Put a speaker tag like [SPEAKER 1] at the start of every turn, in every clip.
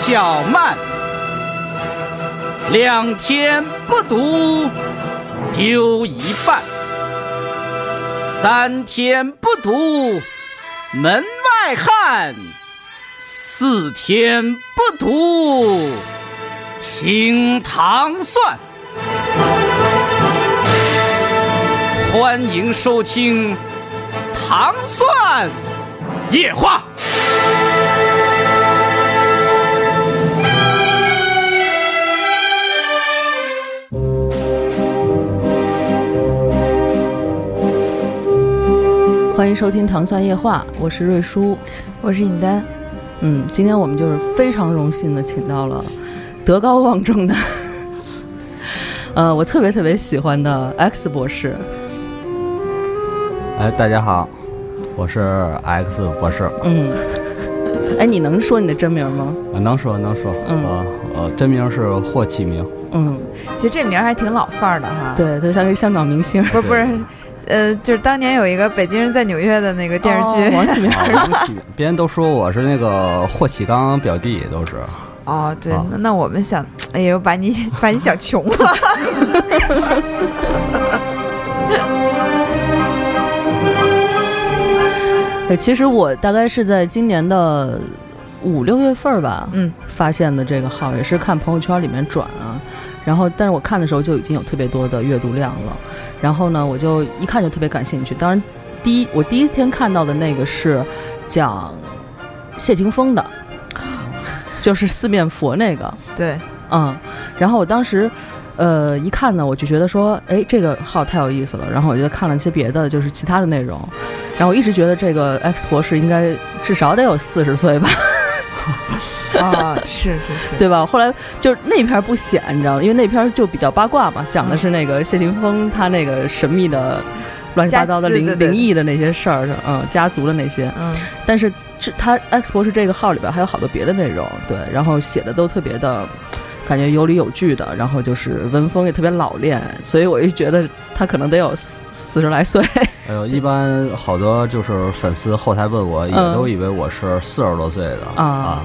[SPEAKER 1] 较慢，两天不读丢一半，三天不读门外汉，四天不读听糖蒜。欢迎收听《糖蒜夜话》。
[SPEAKER 2] 欢迎收听《糖蒜夜话》，我是瑞舒。
[SPEAKER 3] 我是尹丹，
[SPEAKER 2] 嗯，今天我们就是非常荣幸的请到了德高望重的， 呃，我特别特别喜欢的 X 博士。
[SPEAKER 4] 哎，大家好，我是 X 博士，
[SPEAKER 2] 嗯，哎，你能说你的真名吗？
[SPEAKER 4] 我呃能说能说，
[SPEAKER 2] 嗯
[SPEAKER 4] 呃呃，真名是霍启明，
[SPEAKER 2] 嗯，
[SPEAKER 3] 其实这名儿还挺老范儿的哈。，
[SPEAKER 2] 对，特像个香港明星
[SPEAKER 3] 不是不是，呃，就是当年有一个《北京人在纽约》的那个电视
[SPEAKER 2] 哦
[SPEAKER 3] 剧。
[SPEAKER 2] 王启 明。
[SPEAKER 4] 啊霍启明别人都说我是那个霍启刚表弟，都是，
[SPEAKER 3] 哦，对，
[SPEAKER 4] 哦
[SPEAKER 3] 那那我们想，哎呦，把你把你想穷了。
[SPEAKER 2] 哎，其实我大概是在今年的五六月份儿吧，
[SPEAKER 3] 嗯，
[SPEAKER 2] 发现的这个号，也是看朋友圈里面转啊。然后，但是我看的时候就已经有特别多的阅读量了。然后呢，我就一看就特别感兴趣。当然，第一我第一天看到的那个是讲谢霆锋的， 就是四面佛那个，
[SPEAKER 3] 对，
[SPEAKER 2] 嗯。然后我当时。呃，一看呢，我就觉得说，哎，这个号太有意思了。然后我就看了一些别的，就是其他的内容。然后我一直觉得这个 X 博士应该至少得有四十岁吧，
[SPEAKER 3] 哦，是是是，
[SPEAKER 2] 对吧？后来就是那篇不显，你知道吗？因为那篇就比较八卦嘛，讲的
[SPEAKER 3] 嗯
[SPEAKER 2] 是那个谢霆锋他那个神秘的、乱七八糟的
[SPEAKER 3] 家对
[SPEAKER 2] 灵
[SPEAKER 3] 对对
[SPEAKER 2] 灵异的那些事儿，嗯，家族的那些。
[SPEAKER 3] 嗯，
[SPEAKER 2] 但是这他 X 博士这个号里边还有好多别的内容，对，然后写的都特别的。感觉有理有据的，然后就是文风也特别老练，所以我就觉得他可能得有四四十来岁。
[SPEAKER 3] 哦
[SPEAKER 4] 呃，一般好多就是粉丝后台问我，也
[SPEAKER 2] 嗯
[SPEAKER 4] 都以为我是四十多岁的
[SPEAKER 2] 啊
[SPEAKER 4] 啊，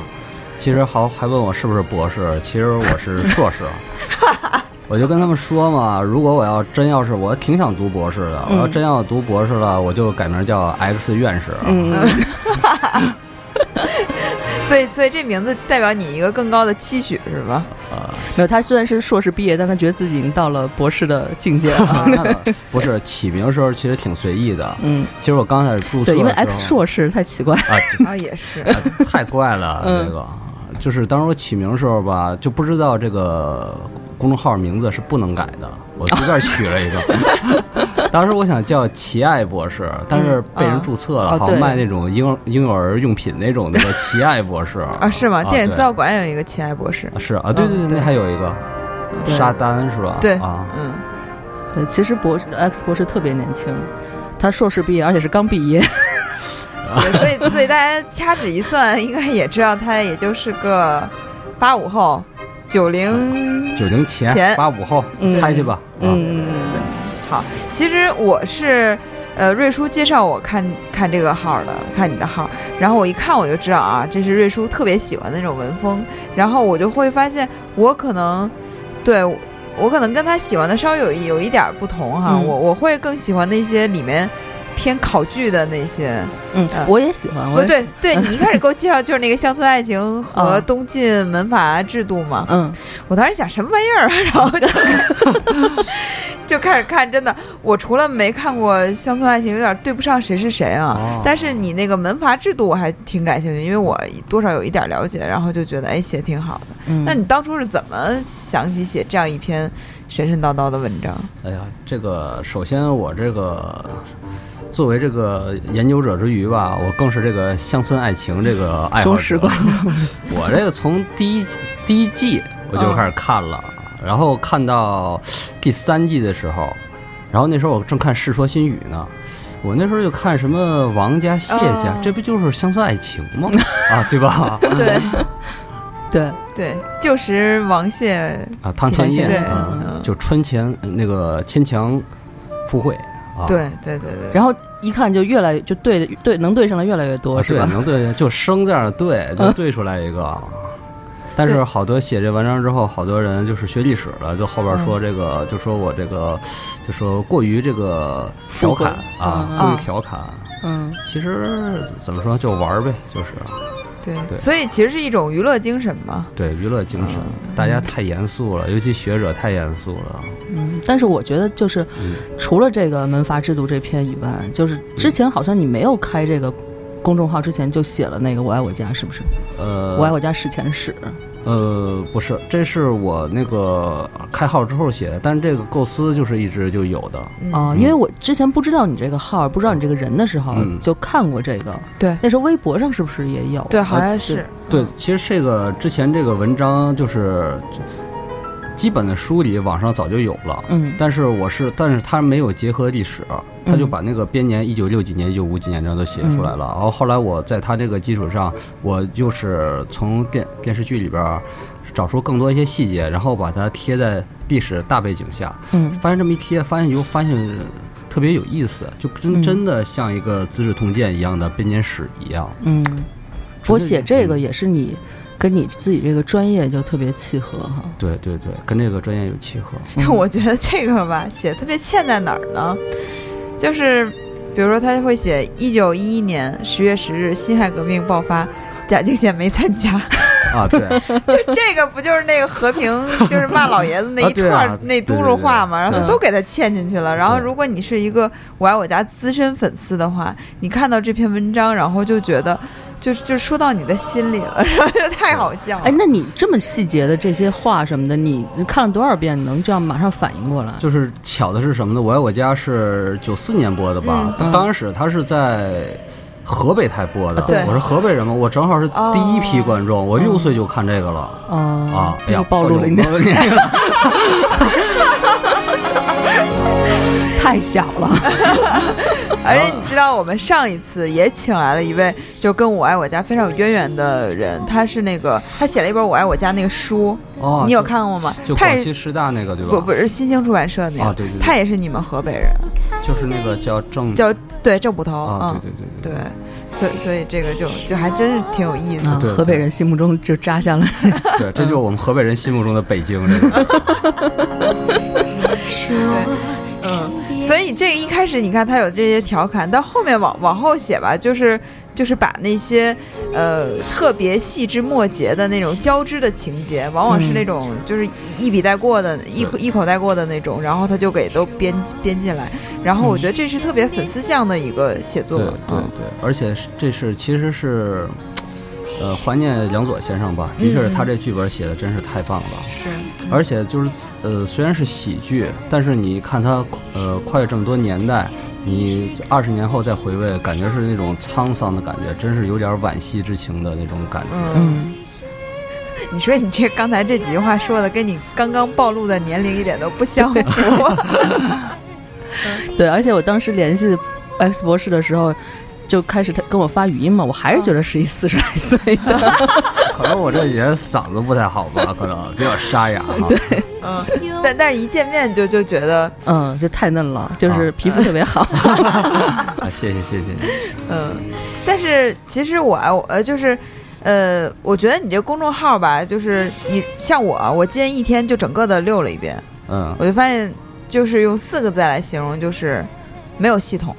[SPEAKER 4] 其实好还问我是不是博士，其实我是 硕士。我就跟他们说嘛，如果我要真要是我挺想读博士的，我要
[SPEAKER 2] 嗯
[SPEAKER 4] 真要读博士了，我就改名叫 X 院士。 啊
[SPEAKER 2] 嗯，
[SPEAKER 3] 所以所以这名字代表你一个更高的期许是吧？
[SPEAKER 4] 啊，
[SPEAKER 2] 没有，他虽然是硕士毕业，但他觉得自己已经到了博士的境界了。
[SPEAKER 4] 啊那倒不是起名的时候其实挺随意的。
[SPEAKER 2] 嗯，
[SPEAKER 4] 其实我刚开始注册的时
[SPEAKER 2] 对，
[SPEAKER 4] 候，
[SPEAKER 2] 因为 X 硕士太奇怪。
[SPEAKER 4] 啊，
[SPEAKER 3] 啊，也是，
[SPEAKER 4] 这太怪了，
[SPEAKER 2] 嗯
[SPEAKER 4] 这个就是当时我起名的时候吧，就不知道这个公众号名字是不能改的，我随便取了一个。 当时我想叫奇爱博士，但是被人注
[SPEAKER 2] 嗯
[SPEAKER 4] 册
[SPEAKER 2] 啊
[SPEAKER 4] 了，好
[SPEAKER 2] 对
[SPEAKER 4] 像卖那种婴婴幼儿用品那种的叫奇爱 博士
[SPEAKER 3] 啊，是吗？电影
[SPEAKER 4] 对
[SPEAKER 3] 资料馆有一个奇爱博士，
[SPEAKER 4] 是啊，对对
[SPEAKER 3] 嗯
[SPEAKER 4] 对，那还有一个
[SPEAKER 2] 对
[SPEAKER 4] 沙丹是吧？
[SPEAKER 3] 对
[SPEAKER 4] 啊，
[SPEAKER 3] 嗯，
[SPEAKER 2] 对，呃其实博士 X 博士特别年轻，他硕士毕业，而且是刚毕业。
[SPEAKER 3] 对，所以所以大家掐指一算，应该也知道他也就是个八五后、九零
[SPEAKER 4] 九零前
[SPEAKER 3] 前
[SPEAKER 4] 八五后
[SPEAKER 2] 嗯，
[SPEAKER 4] 猜去吧。啊，
[SPEAKER 2] 嗯，
[SPEAKER 3] 其实我是，呃，瑞叔介绍我看看这个号的，看你的号，然后我一看我就知道啊，这是瑞叔特别喜欢的那种文风，然后我就会发现我可能，对 我我可能跟他喜欢的稍微有一有一点儿不同哈，
[SPEAKER 2] 嗯
[SPEAKER 3] 我我会更喜欢那些里面。偏考据的那些，
[SPEAKER 2] 嗯，
[SPEAKER 3] 嗯
[SPEAKER 2] 我也喜欢，我
[SPEAKER 3] 不
[SPEAKER 2] 也，
[SPEAKER 3] 对，对你一开始给我介绍就是那个乡村爱情和
[SPEAKER 2] 啊
[SPEAKER 3] 东晋门阀制度嘛，
[SPEAKER 2] 嗯，
[SPEAKER 3] 我当时想什么玩意儿啊，然后就就 开始看。真的，我除了没看过《乡村爱情》，有点对不上谁是谁啊。
[SPEAKER 4] 哦
[SPEAKER 3] 但是你那个门阀制度我还挺感兴趣，因为我多少有一点了解，然后就觉得哎写挺好的。
[SPEAKER 2] 嗯
[SPEAKER 3] 那你当初是怎么想起写这样一篇神神叨叨的文章？
[SPEAKER 4] 哎呀，这个首先我这个作为这个研究者之余吧，我更是这个乡村爱情这个爱好
[SPEAKER 2] 忠实
[SPEAKER 4] 者
[SPEAKER 2] 观。
[SPEAKER 4] 我这个从第一第一季我就开始看了，然后看到第三季的时候，然后那时候我正看《世说新语》呢。我那时候就看什么王家、谢家，
[SPEAKER 3] 哦
[SPEAKER 4] 这不就是乡村爱情吗？啊，对吧？
[SPEAKER 3] 对
[SPEAKER 2] 对，
[SPEAKER 3] 对，旧时王谢，
[SPEAKER 4] 啊，汤千叶
[SPEAKER 3] 对，
[SPEAKER 4] 啊，
[SPEAKER 3] 嗯
[SPEAKER 4] 就春前那个牵强附会啊，
[SPEAKER 3] 对对对对对。
[SPEAKER 2] 然后一看就越来越就对的对能对上的越来越多，
[SPEAKER 4] 啊
[SPEAKER 2] 是
[SPEAKER 4] 对，
[SPEAKER 2] 吧？
[SPEAKER 4] 能对就生这样对，
[SPEAKER 2] 嗯
[SPEAKER 4] 能对出来一个。但是
[SPEAKER 3] 对
[SPEAKER 4] 好多写这文章之后，好多人就是学历史了，就后边说这个，就说我这个，就说过于这个调侃
[SPEAKER 2] 过
[SPEAKER 4] 啊
[SPEAKER 2] 嗯，
[SPEAKER 4] 过于
[SPEAKER 3] 嗯
[SPEAKER 4] 调侃。
[SPEAKER 2] 嗯，
[SPEAKER 4] 其实怎么说，就玩儿呗，就是
[SPEAKER 3] 对
[SPEAKER 4] 对
[SPEAKER 3] 所以其实是一种娱乐精神嘛。
[SPEAKER 4] 对娱乐精神。大家太严肃了，尤其学者太严肃了。
[SPEAKER 2] 嗯，但是我觉得就是
[SPEAKER 4] 嗯，
[SPEAKER 2] 除了这个门阀制度这篇以外，就是之前好像你没有开这个公众号之前就写了那个“我爱我家”，是不是？
[SPEAKER 4] 呃，
[SPEAKER 2] 我爱我家史前史。
[SPEAKER 4] 呃，不是，这是我那个开号之后写的，但是这个构思就是一直就有的。
[SPEAKER 3] 嗯
[SPEAKER 2] 哦，因为我之前不知道你这个号，不知道你这个人的时候，
[SPEAKER 4] 嗯
[SPEAKER 2] 就看过这个。
[SPEAKER 3] 对
[SPEAKER 2] 那时候微博上是不是也有？
[SPEAKER 3] 对，好像是
[SPEAKER 2] 嗯
[SPEAKER 4] 对，其实这个之前这个文章就是基本的梳理，网上早就有了。
[SPEAKER 2] 嗯，
[SPEAKER 4] 但是我是，但是他没有结合历史，他就把那个编年一九六几年、一九五几年这样都写出来
[SPEAKER 2] 嗯
[SPEAKER 4] 了。然后后来我在他这个基础上，我就是从电电视剧里边儿找出更多一些细节，然后把它贴在历史大背景下，
[SPEAKER 2] 嗯
[SPEAKER 4] 发现这么一贴，发现就发现特别有意思，就真
[SPEAKER 2] 嗯
[SPEAKER 4] 真的像一个《资治通鉴》一样的编年史一样。
[SPEAKER 2] 嗯，我写这
[SPEAKER 4] 嗯
[SPEAKER 2] 个也是你跟你自己这个专业就特别契合哈。
[SPEAKER 4] 对对对，跟这个专业有契合。
[SPEAKER 3] 但我觉得这个吧，写特别欠在哪儿呢？就是比如说，他会写一九一一年十月十日辛亥革命爆发，贾敬贤没参 加，
[SPEAKER 4] 啊，对，
[SPEAKER 3] 这个不就是那个和平，就是骂老爷 子那一
[SPEAKER 4] 啊对
[SPEAKER 3] 串、
[SPEAKER 4] 啊
[SPEAKER 3] 那嘟噜话嘛？然后他
[SPEAKER 2] 对
[SPEAKER 3] 都给他嵌进去了。然后，如果你是一个我爱我家资深粉丝的话，你看到这篇文章，然后就觉得。就是就说到你的心里了， 然后就太好笑了。
[SPEAKER 2] 哎，那你这么细节的这些话什么的，你你看了多少遍？你能这样马上反应过来？
[SPEAKER 4] 就是巧的是什么呢？《我爱我家》是九四年播的吧？
[SPEAKER 2] 嗯
[SPEAKER 4] 当时它是在河北台播的，
[SPEAKER 2] 啊对
[SPEAKER 4] 我是河北人嘛，我正好是第一批观众，我六岁就看这个了、
[SPEAKER 2] 哦
[SPEAKER 4] 啊！哎呀
[SPEAKER 2] 又，暴露了你
[SPEAKER 4] 暴露年龄了
[SPEAKER 2] 太小了。
[SPEAKER 3] 而
[SPEAKER 4] 啊
[SPEAKER 3] 且你知道，我们上一次也请来了一位，就跟我爱我家非常有渊源的人，他是那个他写了一本《我爱我家》那个书，
[SPEAKER 4] 哦，
[SPEAKER 3] 你有
[SPEAKER 4] 就？
[SPEAKER 3] 看过吗？
[SPEAKER 4] 就
[SPEAKER 3] 他
[SPEAKER 4] 广
[SPEAKER 3] 也
[SPEAKER 4] 西
[SPEAKER 3] 是
[SPEAKER 4] 师大那个对吧？
[SPEAKER 3] 不不是新兴出版社那个，
[SPEAKER 4] 啊，对对对，
[SPEAKER 3] 他也是你们河北人，
[SPEAKER 4] 就是那个叫郑
[SPEAKER 3] 叫对郑捕头，
[SPEAKER 4] 啊，
[SPEAKER 3] 嗯，
[SPEAKER 4] 对对对
[SPEAKER 3] 对，所以所以这个就就还真是挺有意思的。
[SPEAKER 2] 啊
[SPEAKER 4] 对
[SPEAKER 2] 河北人心目中就扎下了。
[SPEAKER 4] 对对，这就是我们河北人心目中的北京，这个
[SPEAKER 3] 嗯，所以这个一开始你看他有这些调侃，到后面往往后写吧，就是就是把那些呃特别细枝末节的那种交织的情节，往往是那种就是一一笔带过的，一口一口带过的那种，然后他就给都编编进来，然后我觉得这是特别粉丝向的一个写
[SPEAKER 4] 对
[SPEAKER 3] 作，
[SPEAKER 4] 对对
[SPEAKER 3] 嗯，，
[SPEAKER 4] 而且是这是其实是。呃，怀念梁左先生吧，的确是他这剧本写的真是太棒了。
[SPEAKER 3] 是，
[SPEAKER 4] 而且就是呃，虽然是喜剧，但是你看它呃跨越这么多年代，你二十年后再回味，感觉是那种沧桑的感觉，真是有点惋惜之情的那种感觉。
[SPEAKER 3] 嗯，
[SPEAKER 2] 嗯，
[SPEAKER 3] 你说你这刚才这几句话说的，跟你刚刚暴露的年龄一点都不相符。
[SPEAKER 2] 对，而且我当时联系 X 博士的时候。就开始他跟我发语音嘛，我还是
[SPEAKER 4] 嗯
[SPEAKER 2] 觉得是一四十来岁 的，
[SPEAKER 4] 可能我这也嗓子不太好吧，可能比较沙哑哈。对，
[SPEAKER 3] 嗯，但但是一见面就就觉得，
[SPEAKER 2] 嗯，就太嫩了，就是皮肤特别 好。
[SPEAKER 4] 啊，谢谢谢谢。
[SPEAKER 3] 嗯，但是其实我啊我呃就是。呃，我觉得你这公众号吧，就是你像我啊，我今天一天就整个的溜了一遍，
[SPEAKER 4] 嗯，
[SPEAKER 3] 我就发现，就是用四个字来形容，就是没有系统，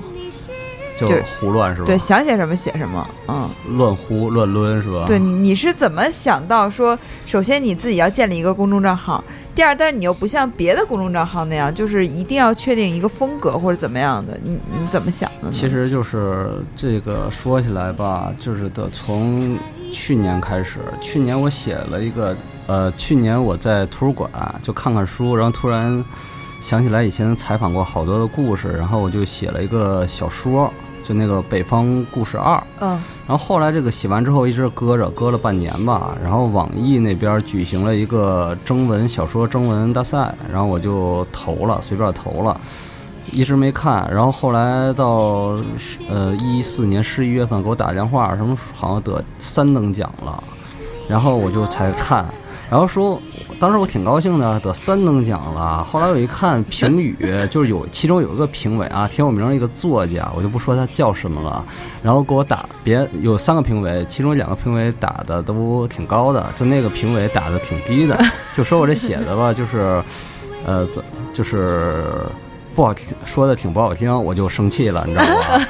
[SPEAKER 4] 就
[SPEAKER 3] 对
[SPEAKER 4] 胡乱是吧？啊
[SPEAKER 3] 对，想写什么写什么，嗯，
[SPEAKER 4] 乱呼乱抡是吧？
[SPEAKER 3] 对你你是怎么想到说，首先你自己要建立一个公众账号，第二，但是你又不像别的公众账号那样，就是一定要确定一个风格或者怎么样的，你你怎么想的呢？
[SPEAKER 4] 其实就是这个说起来吧，就是的，从去年开始，去年我写了一个，呃，去年我在图书馆就看看书，然后突然想起来以前采访过好多的故事，然后我就写了一个小说，就那个《北方故事二》。
[SPEAKER 3] 嗯，
[SPEAKER 4] 然后后来这个写完之后一直搁着，搁了半年吧。然后网易那边举行了一个征文小说征文大赛，然后我就投了，随便投了，一直没看。然后后来到十呃一四年十一月份给我打电话，什么好像得三等奖了，然后我就才看。然后说，当时我挺高兴的，得三等奖了。后来我一看评语，就是有其中有一个评委啊，挺有名的一个作家，我就不说他叫什么了。然后给我打别有三个评委，其中两个评委打的都挺高的，就那个评委打的挺 低的，就说我这写的吧，就是，呃，怎就是不好听，说的挺不好听，我就生气了，你知道 吗？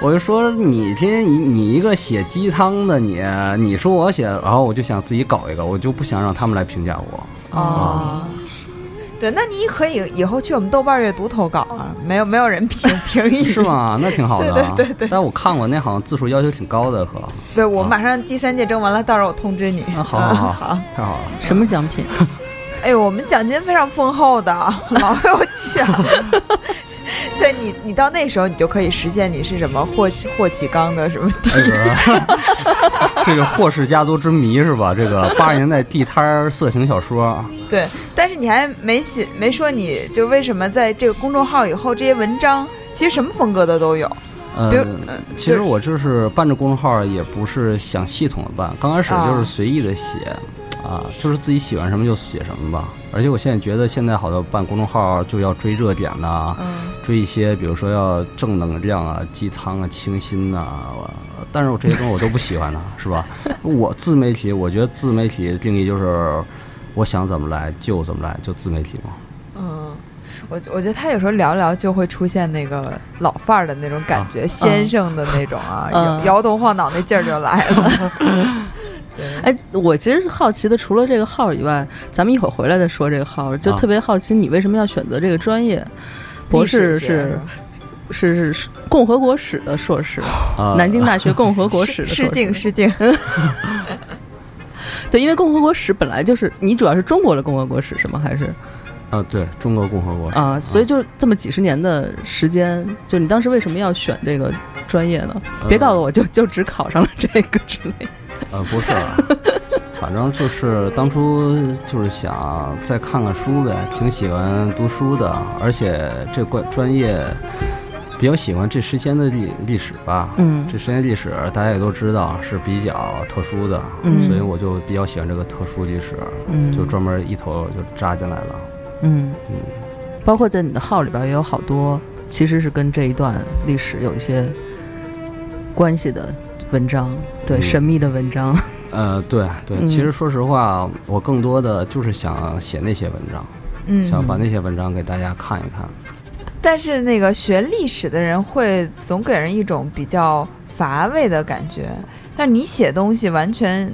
[SPEAKER 4] 我就说你天天你你一个写鸡汤的你，你说我写，然后我就想自己搞一个，我就不想让他们来评价我。
[SPEAKER 3] 哦，对，那你可以以后去我们豆瓣阅读投稿啊，没有没有人评 评议
[SPEAKER 4] 是？吗？那挺好的啊。
[SPEAKER 3] 对对对对
[SPEAKER 4] 但我看过那好像字数要求挺高的，可。
[SPEAKER 3] 对，我马上第三届征完了，到时候我通知你。
[SPEAKER 4] 啊，好好好，太好了。
[SPEAKER 2] 什么奖品？
[SPEAKER 3] 哎呦，我们奖金非常丰厚的，老有 奖。对你，你到那时候你就可以实现你是什么霍启霍启刚的 什么地
[SPEAKER 4] 这个这个霍氏家族之谜是吧？这个八十年代地摊儿色情小说，啊
[SPEAKER 3] 对，但是你还没写，没说你就为什么在这个公众号以后这些文章其实什么风格的都有，比如
[SPEAKER 4] 嗯，
[SPEAKER 3] 嗯
[SPEAKER 4] 其实我就是办这公众号也不是想系统的办，刚开始就是随意的写，啊，就是自己喜欢什么就写什么吧。而且我现在觉得现在好多办公众号就要追热点呐、
[SPEAKER 3] 嗯，
[SPEAKER 4] 追一些比如说要正能量啊、鸡汤啊、清新呐、我但是我这些东西我都不喜欢呢、是吧？我自媒体，我觉得自媒体的定义就是我想怎么来就怎么来，就自媒体嘛。
[SPEAKER 3] 嗯，我我觉得他有时候聊聊就会出现那个老范儿的那种感觉，先生的那种啊，
[SPEAKER 2] 嗯
[SPEAKER 3] 摇摇头晃脑那劲儿就来了。
[SPEAKER 2] 哎，我其实是好奇的，除了这个号以外，咱们一会儿回来再说这个号，就
[SPEAKER 4] 啊
[SPEAKER 2] 特别好奇你为什么要选择这个专业？博士是是是是共和国史的硕士，
[SPEAKER 4] 啊、
[SPEAKER 2] 南京大学共和国
[SPEAKER 3] 博
[SPEAKER 2] 史的硕
[SPEAKER 3] 失
[SPEAKER 2] 士。
[SPEAKER 3] 敬失敬，
[SPEAKER 2] 对，因为共和国史本来就是你主要是中国的共和国史是吗？还是
[SPEAKER 4] 啊，对中国共和国
[SPEAKER 2] 啊、所以就这么几十年的时间，就你当时为什么要选这个专业呢？别告诉
[SPEAKER 4] 我，
[SPEAKER 2] 我就就只考上了这个之类的。
[SPEAKER 4] 呃，不是啊，反正就是当初就是想再看看书呗，挺喜欢读书的，而且这关专业比较喜欢这时间的历历史吧，
[SPEAKER 2] 嗯
[SPEAKER 4] 这时间历史大家也都知道是比较特殊的，
[SPEAKER 2] 嗯
[SPEAKER 4] 所以我就比较喜欢这个特殊历史，
[SPEAKER 2] 嗯
[SPEAKER 4] 就专门一头就扎进来了。
[SPEAKER 2] 嗯
[SPEAKER 4] 嗯，
[SPEAKER 2] 包括在你的号里边也有好多，其实是跟这一段历史有一些关系的文章，对，
[SPEAKER 4] 嗯
[SPEAKER 2] 神秘的文 章。
[SPEAKER 4] 呃，对对，
[SPEAKER 2] 嗯
[SPEAKER 4] 其实说实话，我更多的就是想写那些文章，
[SPEAKER 3] 嗯，
[SPEAKER 4] 想把那些文章给大家看一看。
[SPEAKER 3] 但是那个学历史的人会总给人一种比较乏味的感觉，但是你写东西完全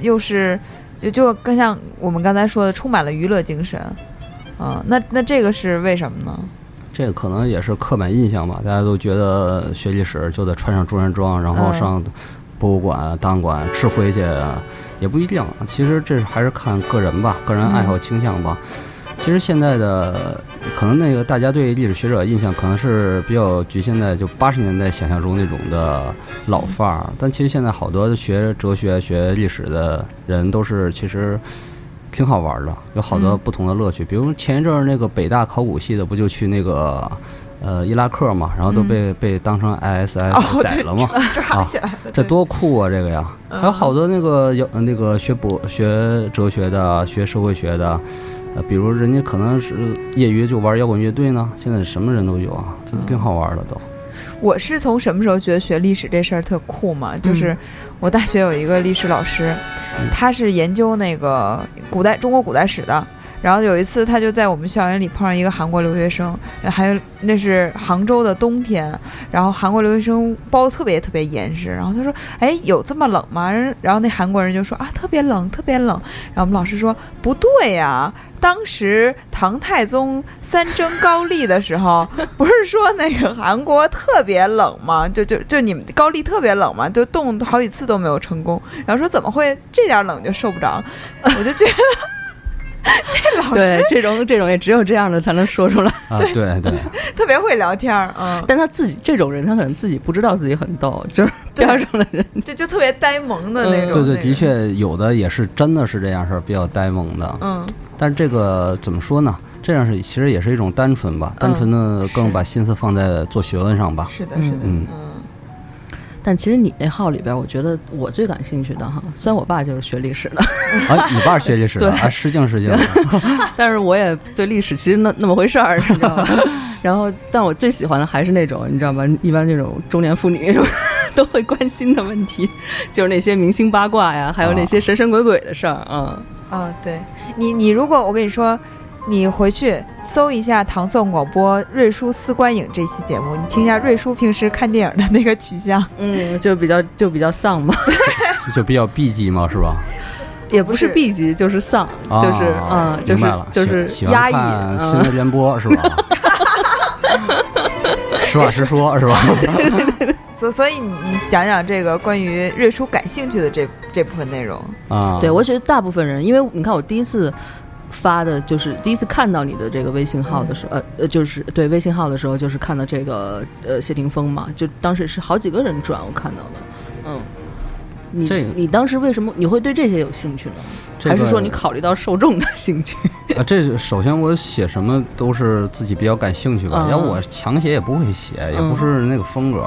[SPEAKER 3] 又是就就更像我们刚才说的，充满了娱乐精神。嗯，那那这个是为什么呢？
[SPEAKER 4] 这个可能也是刻板印象吧，大家都觉得学历史就得穿上中山装，然后
[SPEAKER 3] 嗯
[SPEAKER 4] 上博物馆、档案馆吃灰去，也不一定。啊其实这是还是看个人吧，个人爱好倾向吧。其实现在的可能那个大家对历史学者印象可能是比较局限在就八十年代想象中那种的老范儿，但其实现在好多学哲学、学历史的人都是其实挺好玩的，有好多
[SPEAKER 3] 嗯
[SPEAKER 4] 不同的乐趣。比如前一阵儿那个北大考古系的不就去那个呃伊拉克嘛，然后都被、被当成 ISIS
[SPEAKER 3] 嗯哦
[SPEAKER 4] 逮了嘛，
[SPEAKER 3] 抓起来了，
[SPEAKER 4] 这多酷啊！这个呀，
[SPEAKER 3] 嗯
[SPEAKER 4] 还有好多那个有那个学博、学哲学的、学社会学的，呃，比如人家可能是业余就玩摇滚乐队呢，现在什么人都有啊，
[SPEAKER 3] 嗯
[SPEAKER 4] 这挺好玩的都。
[SPEAKER 3] 我是从什么时候觉得学历史这事儿特酷嘛？就是我大学有一个历史老师，他是研究那个古代中国古代史的。然后有一次，他就在我们校园里碰上一个韩国留学生，还有那是杭州的冬天，然后韩国留学生包得特别特别严实。然后他说：“哎，有这么冷吗？”然后那韩国人就说：“啊，特别冷，特别冷。”然后我们老师说：“不对呀、当时唐太宗三征高丽的时候，不是说那个韩国特别冷吗？就就就你们高丽特别冷吗？就冻好几次都没有成功。然后说怎么会这点冷就受不着？ 我就觉得这老师
[SPEAKER 2] 对，这种这种也只有这样的才能说出来。
[SPEAKER 4] 啊，对对，
[SPEAKER 3] 特别会聊天儿，嗯，
[SPEAKER 2] 但他自己这种人，他可能自己不知道自己很逗，就是
[SPEAKER 3] 对
[SPEAKER 2] 边上的人。
[SPEAKER 3] 就就特别呆萌的那种。
[SPEAKER 4] 呃对对，
[SPEAKER 3] 那
[SPEAKER 4] 的
[SPEAKER 3] 种，
[SPEAKER 4] 确有的也是真的是这样，是比较呆萌的。
[SPEAKER 3] 嗯，
[SPEAKER 4] 但是这个怎么说呢？这样是其实也是一种单
[SPEAKER 2] 嗯
[SPEAKER 4] 纯吧，单纯的
[SPEAKER 3] 是
[SPEAKER 4] 更把心思放在做学问上吧。
[SPEAKER 3] 是的，是的，
[SPEAKER 4] 嗯
[SPEAKER 3] 嗯，
[SPEAKER 2] 但其实你那号里边，我觉得我最感兴趣的哈，虽然我爸就是学历史的，
[SPEAKER 4] 啊，你爸是学历 史的啊，失敬失敬。
[SPEAKER 2] 但是我也对历史其实那那么回事 儿，你知道吧？然后，但我最喜欢的还是那种你知道吧，一般这种中年妇女什么 都会关心的问题，就是那些明星八卦呀，还有那些神神鬼鬼的事儿啊。嗯
[SPEAKER 3] 啊，对你，你如果我跟你说，你回去搜一下唐宋广播瑞叔思观影这期节目，你听一下瑞叔平时看电影的那个取向，
[SPEAKER 2] 嗯，就比较就比较丧嘛，
[SPEAKER 4] 就比较 B 级嘛，是吧？
[SPEAKER 2] 也不是 B 级，就是丧，
[SPEAKER 4] 啊
[SPEAKER 2] 就是啊，就
[SPEAKER 4] 明
[SPEAKER 2] 是
[SPEAKER 4] 白了
[SPEAKER 2] 就是
[SPEAKER 4] 喜喜欢
[SPEAKER 2] 压抑，
[SPEAKER 4] 看新
[SPEAKER 2] 嗯
[SPEAKER 4] 闻联播是 吧？实话实说是吧？
[SPEAKER 3] 所所以你你讲讲这个关于瑞叔感兴趣的这这部分内容，
[SPEAKER 4] 啊，
[SPEAKER 2] 对，我觉得大部分人，因为你看我第一次发的就是第一次看到你的这个微信号的时候，
[SPEAKER 4] 嗯
[SPEAKER 2] 呃呃，就是对微信号的时候，就是看到这个呃谢霆锋嘛，就当时是好几个人转我看到的，嗯。你
[SPEAKER 4] 这个
[SPEAKER 2] 你当时为什么你会对这些有兴趣呢？
[SPEAKER 4] 这
[SPEAKER 2] 还是
[SPEAKER 4] 个
[SPEAKER 2] 说你考虑到受众的兴趣？
[SPEAKER 4] 啊，这是首先我写什么都是自己比较感兴趣吧，
[SPEAKER 2] 嗯
[SPEAKER 4] 要我强写也不会写，也
[SPEAKER 2] 嗯
[SPEAKER 4] 不是那个风格。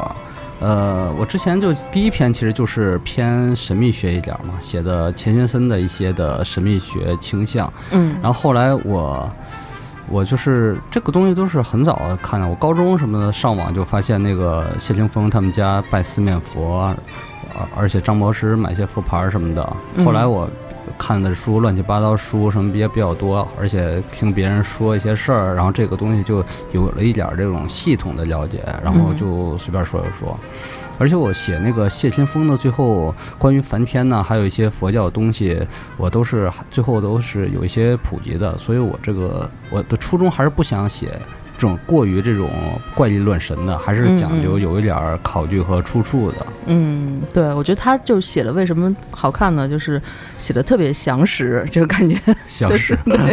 [SPEAKER 4] 呃，我之前就第一篇其实就是偏神秘学一点嘛，写的钱学森的一些的神秘学倾向。
[SPEAKER 2] 嗯
[SPEAKER 4] 然后后来我我就是这个东西都是很早看的，我高中什么的上网就发现那个谢霆锋他们家拜四面佛，而而且张博士买些佛牌什么的。
[SPEAKER 2] 嗯
[SPEAKER 4] 后来我看的书乱七八糟书什么也比较多，而且听别人说一些事儿，然后这个东西就有了一点儿这种系统的了解，然后
[SPEAKER 2] 嗯
[SPEAKER 4] 就随便说一说。而且我写那个谢霆锋的最后关于梵天呐，还有一些佛教的东西，我都是最后都是有一些普及的，所以我这个我的初衷还是不想写这种过于这种怪力乱神的，还是讲究
[SPEAKER 2] 嗯嗯
[SPEAKER 4] 有一点儿考据和出处的。
[SPEAKER 2] 嗯，对，我觉得他就写的为什么好看呢？就是写的特别详实，就感觉
[SPEAKER 4] 像是 讲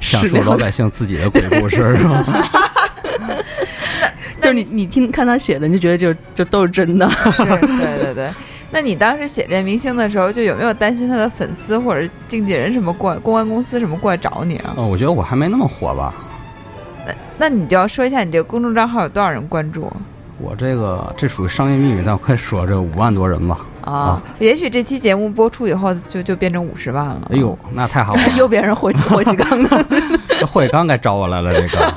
[SPEAKER 2] 史
[SPEAKER 4] 述
[SPEAKER 2] 料
[SPEAKER 4] 老百姓自己嗯的鬼故事，是吧？
[SPEAKER 2] 就是你你听看他写的，你就觉得就就都是真的。
[SPEAKER 3] 是对对对。那你当时写这明星的时候，就有没有担心他的粉丝或者经纪人什么过来，公关公司什么过来找你啊？
[SPEAKER 4] 呃，我觉得我还没那么火吧。
[SPEAKER 3] 那你就要说一下你这个公众账号有多少人关注啊
[SPEAKER 4] 我这个这属于商业秘密，但我快说这五万多人吧。
[SPEAKER 3] 啊？也许这期节目播出以后就就变成五十万了。
[SPEAKER 4] 哎 呦，那太好了！
[SPEAKER 2] 又变成火气火气缸 了。
[SPEAKER 4] 这霍启刚该找我来了，这个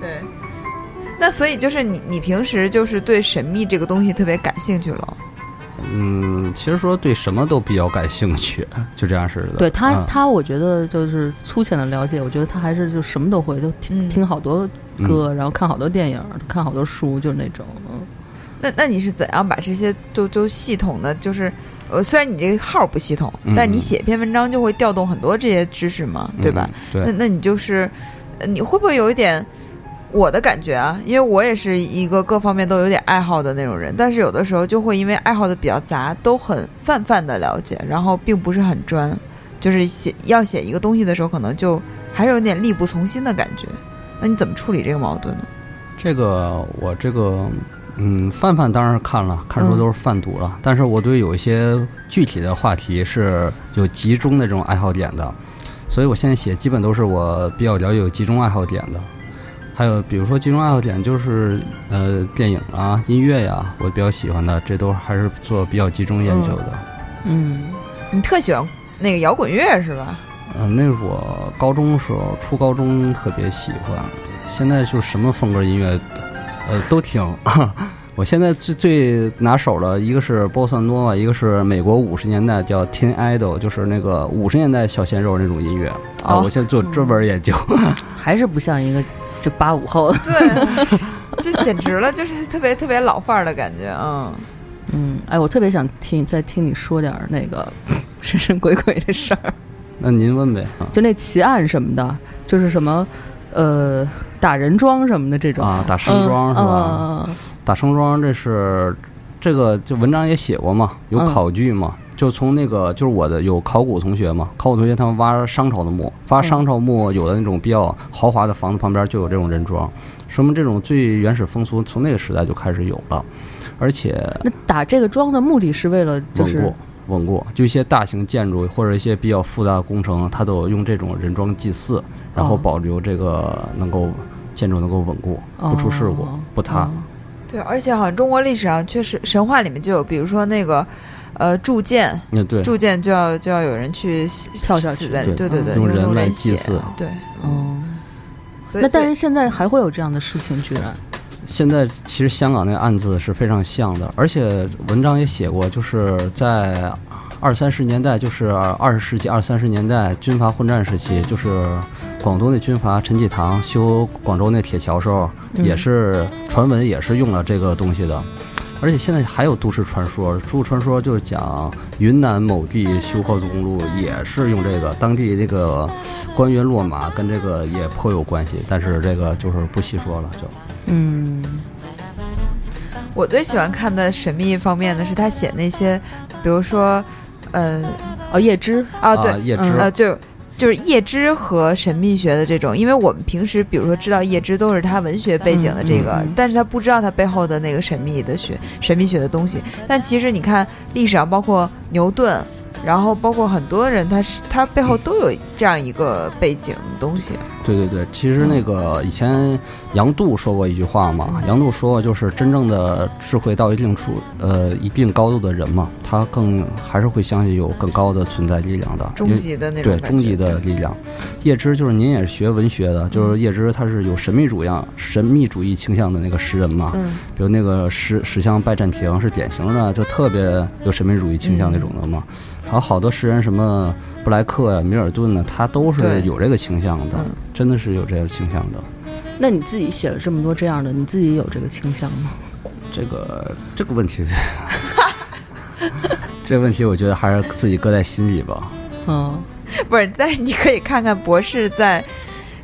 [SPEAKER 3] 对。那所以就是你，你平时就是对神秘这个东西特别感兴趣了。
[SPEAKER 4] 嗯，其实说对什么都比较感兴趣，就这样似的。
[SPEAKER 2] 对他，
[SPEAKER 4] 嗯
[SPEAKER 2] 他我觉得就是粗浅的了解，我觉得他还是就什么都会，就听、
[SPEAKER 3] 嗯
[SPEAKER 2] 听好多
[SPEAKER 4] 嗯
[SPEAKER 2] 歌，然后看好多电影，看好多书，就是那种。嗯
[SPEAKER 3] 那那你是怎样把这些都都系统的，就是呃，虽然你这个号不系统，
[SPEAKER 4] 嗯
[SPEAKER 3] 但你写一篇文章就会调动很多这些知识嘛，对吧？？
[SPEAKER 4] 嗯对
[SPEAKER 3] 那，那你就是，呃你会不会有一点我的感觉啊？因为我也是一个各方面都有点爱好的那种人，但是有的时候就会因为爱好的比较杂，都很泛泛的了解，然后并不是很专，就是写要写一个东西的时候，可能就还是有点力不从心的感觉。那你怎么处理这个矛盾呢？
[SPEAKER 4] 这个我这个嗯，范范当然是看了，看书都是泛读了，但是我对有一些具体的话题是有集中的这种爱好点的，所以我现在写基本都是我比较了解有集中爱好点的。还有比如说集中爱好点就是呃电影啊、音乐呀、我比较喜欢的，这都还是做比较集中研究的。
[SPEAKER 2] 嗯，
[SPEAKER 3] 你特喜欢那个摇滚乐是吧？
[SPEAKER 4] 嗯、那是我高中时候，初高中特别喜欢，现在就什么风格音乐，呃，都听。 我现在最最拿手的一个是波萨诺瓦，一个是美国五十年代叫 Teen Idol，就是那个五十年代小鲜肉那种音乐啊。
[SPEAKER 3] 哦
[SPEAKER 4] 我现在
[SPEAKER 2] 嗯
[SPEAKER 4] 做专门研究，
[SPEAKER 2] 还是不像一个就八五后。
[SPEAKER 3] 对，就简直了，就是特别特别老范儿的感觉，嗯。
[SPEAKER 2] 嗯，哎，我特别想听再听你说点儿那个神神鬼鬼的事儿，
[SPEAKER 4] 那您问呗。
[SPEAKER 2] 就那奇案什么的，就是什么呃打人桩什么的这种。
[SPEAKER 4] 啊，打盛装、
[SPEAKER 2] 嗯
[SPEAKER 4] 是吧？
[SPEAKER 2] 嗯嗯嗯
[SPEAKER 4] 打盛装这是这个就文章也写过嘛，
[SPEAKER 2] 嗯
[SPEAKER 4] 有考据嘛，就从那个就是我的有考古同学嘛，考古同学他们挖商朝的墓，挖商朝墓有的那种比较豪华的房子旁边就有这种人桩，说明这种最原始风俗从那个时代就开始有了，而且
[SPEAKER 2] 嗯那打这个桩的目的是为了就
[SPEAKER 4] 稳
[SPEAKER 2] 是哦
[SPEAKER 4] 固。稳固，就一些大型建筑或者一些比较复杂的工程，它都有用这种人桩祭祀，然后
[SPEAKER 2] 哦
[SPEAKER 4] 保留这个能够建筑能够稳固，不出事故，
[SPEAKER 2] 哦
[SPEAKER 4] 不塌。
[SPEAKER 2] 哦
[SPEAKER 3] 对，而且好像中国历史上确实神话里面就有，比如说那个，呃，铸剑，
[SPEAKER 4] 嗯，对，
[SPEAKER 3] 铸剑就要就要有人去
[SPEAKER 2] 跳下去
[SPEAKER 3] 死在
[SPEAKER 4] 对
[SPEAKER 3] 对对对，
[SPEAKER 4] 用
[SPEAKER 3] 用
[SPEAKER 4] 人来
[SPEAKER 3] 人
[SPEAKER 4] 祭
[SPEAKER 3] 血
[SPEAKER 4] 祀
[SPEAKER 3] 对，
[SPEAKER 2] 哦，
[SPEAKER 3] 所以
[SPEAKER 2] 那但
[SPEAKER 3] 所
[SPEAKER 2] 是
[SPEAKER 3] 以
[SPEAKER 2] 现在还会有这样的事情，居然
[SPEAKER 4] 现在其实香港那个案子是非常像的，而且文章也写过，就是在二三十年代，就是二十世纪二三十年代军阀混战时期，就是广东那军阀陈济棠修广州那铁桥时候，
[SPEAKER 2] 嗯
[SPEAKER 4] 也是传闻也是用了这个东西的。而且现在还有都市传说，都市传说就是讲云南某地修高速公路也是用这个，当地这个官员落马跟这个也颇有关系，但是这个就是不细说了，就。
[SPEAKER 2] 嗯，
[SPEAKER 3] 我最喜欢看的神秘方面的是他写那些，比如说，呃
[SPEAKER 2] 哦，叶芝，
[SPEAKER 3] 啊对，
[SPEAKER 4] 叶
[SPEAKER 2] 嗯
[SPEAKER 4] 芝
[SPEAKER 3] 呃，就就是叶芝和神秘学的这种，因为我们平时比如说知道叶芝都是他文学背景的这个，
[SPEAKER 2] 嗯嗯嗯
[SPEAKER 3] 但是他不知道他背后的那个神秘的学神秘学的东西。但其实你看历史上，包括牛顿，然后包括很多人，他是他背后都有这样一个背景的东西。
[SPEAKER 4] 对对对，其实那个以前杨度说过一句话嘛，杨度说过就是真正的智慧到一定处，呃，一定高度的人嘛，他更还是会相信有更高的存在力量的，因
[SPEAKER 3] 终
[SPEAKER 4] 为
[SPEAKER 3] 极的那种
[SPEAKER 4] 嗯对
[SPEAKER 3] 感觉，
[SPEAKER 4] 终极的力量。叶芝就是您也是学文学的，
[SPEAKER 3] 嗯
[SPEAKER 4] 就是叶芝他是有神秘主义神秘主义倾向的那个诗人嘛，
[SPEAKER 3] 嗯，
[SPEAKER 4] 比如那个石石像拜占庭是典型的，就特别有神秘主义倾向那种的
[SPEAKER 3] 嗯
[SPEAKER 4] 嘛。还有好多诗人，什么布莱克呀、米尔顿呢，他都是
[SPEAKER 3] 对
[SPEAKER 4] 有这个倾向的
[SPEAKER 3] 嗯，
[SPEAKER 4] 真的是有这个倾向的。
[SPEAKER 2] 那你自己写了这么多这样的，你自己有这个倾向吗？
[SPEAKER 4] 这个这个问题， 这个问题我觉得还是自己搁在心里吧。
[SPEAKER 2] 嗯，
[SPEAKER 3] 不是，但是你可以看看博士在。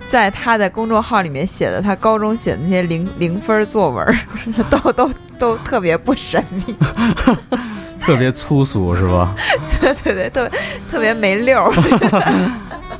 [SPEAKER 3] 在他的公众号里面写的，他高中写的那些零零分儿作文儿， 都都都特别不神秘，
[SPEAKER 4] 特别粗俗是吧？
[SPEAKER 3] 对对对，特别特别没溜儿。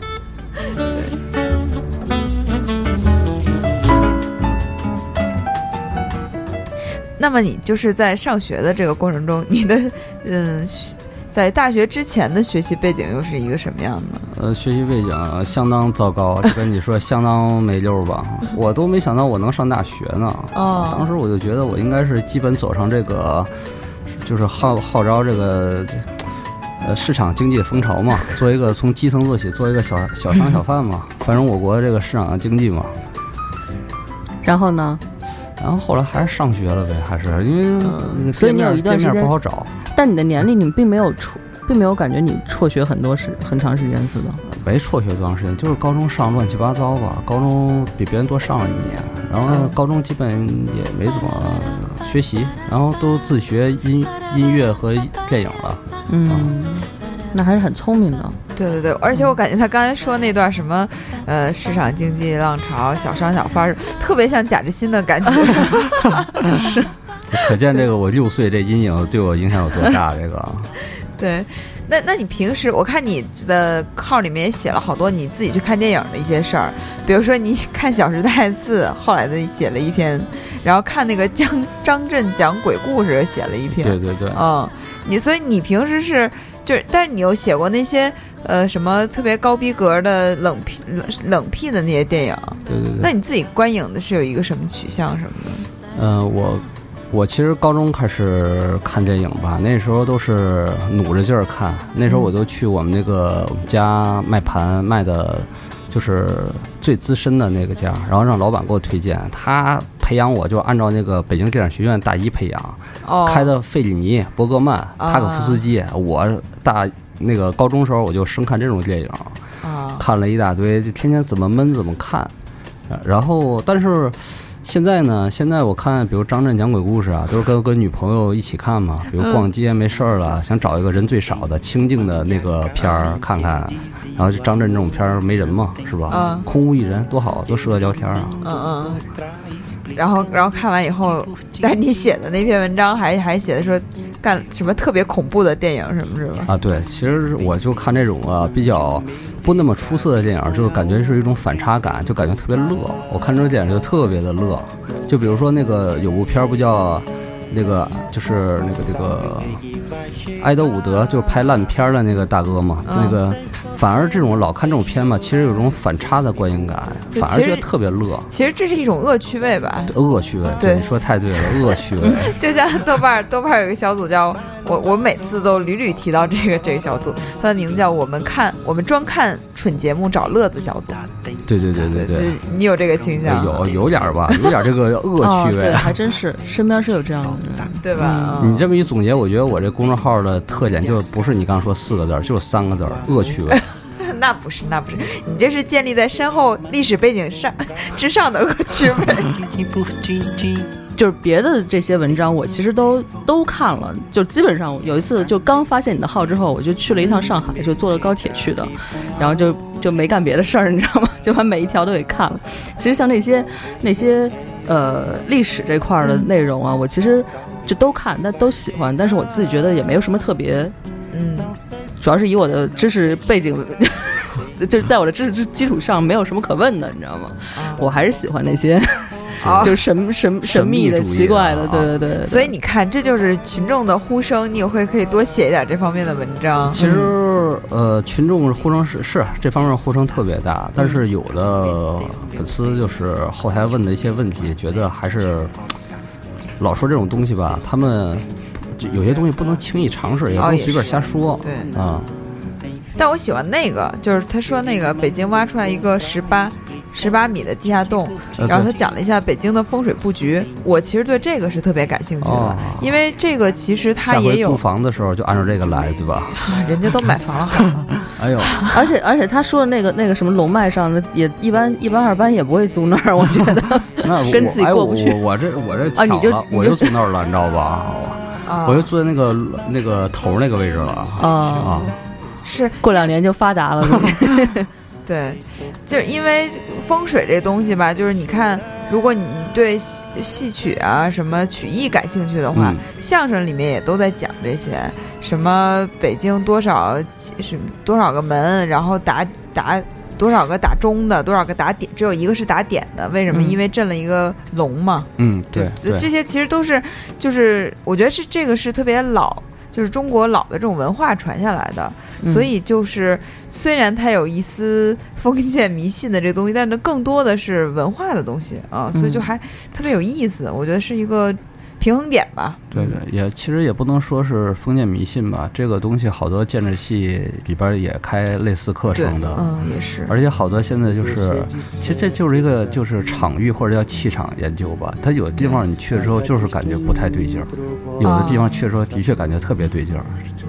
[SPEAKER 3] 那么你就是在上学的这个过程中，你的嗯，学在大学之前的学习背景又是一个什么样的？
[SPEAKER 4] 呃，学习背景相当糟 糕，就跟你说相当没溜儿吧。我都没想到我能上大学呢。当
[SPEAKER 3] 哦，
[SPEAKER 4] 时我就觉得我应该是基本走上这个，就是号号召这个。呃，市场经济的风 潮嘛，做一个从基层做起，做一个小小商小贩嘛，繁荣我国这个市场经济嘛。
[SPEAKER 2] 然后呢？
[SPEAKER 4] 然后后来还是上学了呗，还是因为那个
[SPEAKER 2] 嗯所以你
[SPEAKER 4] 店面
[SPEAKER 2] 有一段时
[SPEAKER 4] 店面
[SPEAKER 2] 间
[SPEAKER 4] 不好找，
[SPEAKER 2] 但你的年龄，你并没有辍，并没有感觉你辍学很多时很长时间似的。
[SPEAKER 4] 没辍学多长时间，就是高中上乱七八糟吧，高中比别人多上了一年，然后
[SPEAKER 3] 嗯
[SPEAKER 4] 高中基本也没怎么学习，然后都自学音音乐和电影了。
[SPEAKER 2] 嗯，那还是很聪明的。
[SPEAKER 3] 对对对，而且我感觉他刚才说那段什么，呃，市场经济浪潮、小商小贩儿，特别像贾志新的感 觉。
[SPEAKER 4] 可见这个我六岁这阴影对我影响有多大？这个
[SPEAKER 3] 对，那那你平时我看你的号里面也写了好多你自己去看电影的一些事儿，比如说你看《小时代四》，后来的写了一篇，然后看那个江张震讲鬼故事写了一篇，
[SPEAKER 4] 对对对，
[SPEAKER 3] 嗯，你所以你平时是就是，但是你有写过那些呃什么特别高逼格的冷僻冷冷僻的那些电影，
[SPEAKER 4] 对对
[SPEAKER 3] 那
[SPEAKER 4] 对。
[SPEAKER 3] 你自己观影的是有一个什么取向什么的？
[SPEAKER 4] 嗯、我我其实高中开始看电影吧，那时候都是努着劲儿看。那
[SPEAKER 3] 嗯
[SPEAKER 4] 时候我都去我们那个我们家卖盘卖的，就是最资深的那个家，然后让老板给我推荐，他培养我就按照那个北京电影学院大一培养，
[SPEAKER 3] 哦，
[SPEAKER 4] 开的费里尼、伯格曼、
[SPEAKER 3] 啊
[SPEAKER 4] 塔可夫斯基。我大那个高中时候我就生看这种电影。
[SPEAKER 3] 啊，
[SPEAKER 4] 看了一大堆，就天天怎么闷怎么看。呃然后，但是现在呢，现在我看，比如张震讲鬼故事啊，都是 跟跟女朋友一起看嘛。比如逛街没事儿
[SPEAKER 3] 嗯
[SPEAKER 4] 了，想找一个人最少的、清静的那个片儿看看。然后就张震这种片儿没人嘛，是吧？
[SPEAKER 3] 嗯
[SPEAKER 4] 空无一人，多好，多适合聊天啊！
[SPEAKER 3] 嗯，嗯，然后然后看完以后，但是你写的那篇文章还还写的说干什么特别恐怖的电影什么是吧？
[SPEAKER 4] 啊，对，其实我就看这种啊比较不那么出色的电影，就是感觉是一种反差感，就感觉特别乐。我看这种电影就特别的乐。就比如说那个有部片儿不叫那个就是那个这个埃德伍德，就是拍烂片儿的那个大哥嘛，
[SPEAKER 3] 嗯
[SPEAKER 4] 那个反而这种老看这种片嘛，其实有种反差的观影感，
[SPEAKER 3] 对
[SPEAKER 4] 反而
[SPEAKER 3] 其实
[SPEAKER 4] 觉得特别乐。
[SPEAKER 3] 其实这是一种恶趣味吧，
[SPEAKER 4] 恶趣味，
[SPEAKER 3] 对
[SPEAKER 4] 你说太对了，恶趣味。
[SPEAKER 3] 就像豆瓣儿，豆瓣儿有一个小组叫我，我每次都屡屡提到这个这个小组，它的名字叫我们看我们专看蠢节目找乐子小组。
[SPEAKER 4] 对对对对
[SPEAKER 3] 就
[SPEAKER 4] 对，
[SPEAKER 3] 是你有这个倾向，
[SPEAKER 4] 有有点儿吧，有点儿这个恶
[SPEAKER 2] 哦，
[SPEAKER 4] 趣味
[SPEAKER 2] 对，。还真是身边是有这样的人。
[SPEAKER 3] 对吧？
[SPEAKER 2] 啊
[SPEAKER 3] 嗯
[SPEAKER 4] 你这么一总结，我觉得我这公众号的特点就不是你刚说四个字儿，就是三个字儿，
[SPEAKER 2] 嗯
[SPEAKER 4] 恶 趣味。
[SPEAKER 3] 那不是，那不是，你这是建立在深厚历史背景上 之上的恶趣味。
[SPEAKER 2] 就是别的这些文章，我其实都都看了，就基本上有一次就刚发现你的号之后，我就去了一趟上海，就坐了高铁去的，然后就就没干别的事儿，你知道吗？就把每一条都给看了。其实像那些那些呃历史这块儿的内容啊，我其实就都看，但都喜欢，但是我自己觉得也没有什么特别，
[SPEAKER 3] 嗯，
[SPEAKER 2] 主要是以我的知识背景。 就是在我的知识之基础上，没有什么可问的，你知道吗？我还是喜欢那些
[SPEAKER 3] 好、
[SPEAKER 2] 就是神神神秘的、
[SPEAKER 4] 神秘主义
[SPEAKER 2] 奇怪的，
[SPEAKER 4] 啊
[SPEAKER 2] 对对对对对。
[SPEAKER 3] 所以你看，这就是群众的呼声，你也会可以多写一点这方面的文章。
[SPEAKER 4] 其实，呃，群众呼声是是这方面呼声特别大，但是有的粉丝就是后台问的一些问题，觉得还是老说这种东西吧，他们就有些东西不能轻易尝试，也不
[SPEAKER 3] 哦
[SPEAKER 4] 能
[SPEAKER 3] 也
[SPEAKER 4] 随便
[SPEAKER 3] 是
[SPEAKER 4] 瞎说。
[SPEAKER 3] 对，
[SPEAKER 4] 啊，
[SPEAKER 3] 但我喜欢那个，就是他说那个北京挖出来一个十八十八米的地下洞，
[SPEAKER 4] 呃
[SPEAKER 3] 然后
[SPEAKER 4] 对
[SPEAKER 3] 他讲了一下北京的风水布局。我其实对这个是特别感兴趣的，
[SPEAKER 4] 哦
[SPEAKER 3] 因为这个其实它
[SPEAKER 4] 下
[SPEAKER 3] 也
[SPEAKER 4] 回租
[SPEAKER 3] 有，
[SPEAKER 4] 房的时候就按照这个来，对吧？
[SPEAKER 3] 啊 人家都买房了， 好吗
[SPEAKER 4] 哎呦，
[SPEAKER 2] 而且而且他说的那个那个什么龙脉上的，也一般一般二班也不会租那儿，我觉得。
[SPEAKER 4] 那我
[SPEAKER 2] 跟自己
[SPEAKER 4] 哎
[SPEAKER 2] 过不去
[SPEAKER 4] 我我我这我这
[SPEAKER 2] 啊你就
[SPEAKER 4] 巧了
[SPEAKER 2] 你就
[SPEAKER 4] 我就坐那儿了，你知道吧？
[SPEAKER 3] 啊，哦
[SPEAKER 4] 我就坐在那个那个头儿那个位置了啊
[SPEAKER 2] 啊，
[SPEAKER 4] 啊！
[SPEAKER 3] 是
[SPEAKER 2] 过两年就发达了。
[SPEAKER 3] 对，就是因为风水这东西吧，就是你看，如果你对戏戏曲啊什么曲艺感兴趣的话，
[SPEAKER 4] 嗯
[SPEAKER 3] 相声里面也都在讲这些，什么北京多少几什么多少个门，然后打打多少个打钟的，多少个打点，只有一个是打点的，为什么？
[SPEAKER 2] 嗯
[SPEAKER 3] 因为震了一个龙嘛。
[SPEAKER 4] 嗯，
[SPEAKER 3] 就
[SPEAKER 4] 对
[SPEAKER 3] 就这些其实都是，就是我觉得是这个是特别老，就是中国老的这种文化传下来的，
[SPEAKER 2] 嗯
[SPEAKER 3] 所以就是虽然它有一丝封建迷信的这东西，但是更多的是文化的东西啊，所以就
[SPEAKER 2] 嗯
[SPEAKER 3] 还特别有意思，我觉得是一个平衡点吧。
[SPEAKER 4] 对对，也其实也不能说是封建迷信吧，这个东西好多建筑系里边儿也开类似课
[SPEAKER 3] 对，
[SPEAKER 4] 程的，
[SPEAKER 3] 嗯，也是，
[SPEAKER 4] 而且好多现在就是，其实这就是一个就是场域或者叫气场研究吧，它有的地方你去了之后就是感觉不太对劲儿，有的地方去了之后的确感觉特别对劲儿，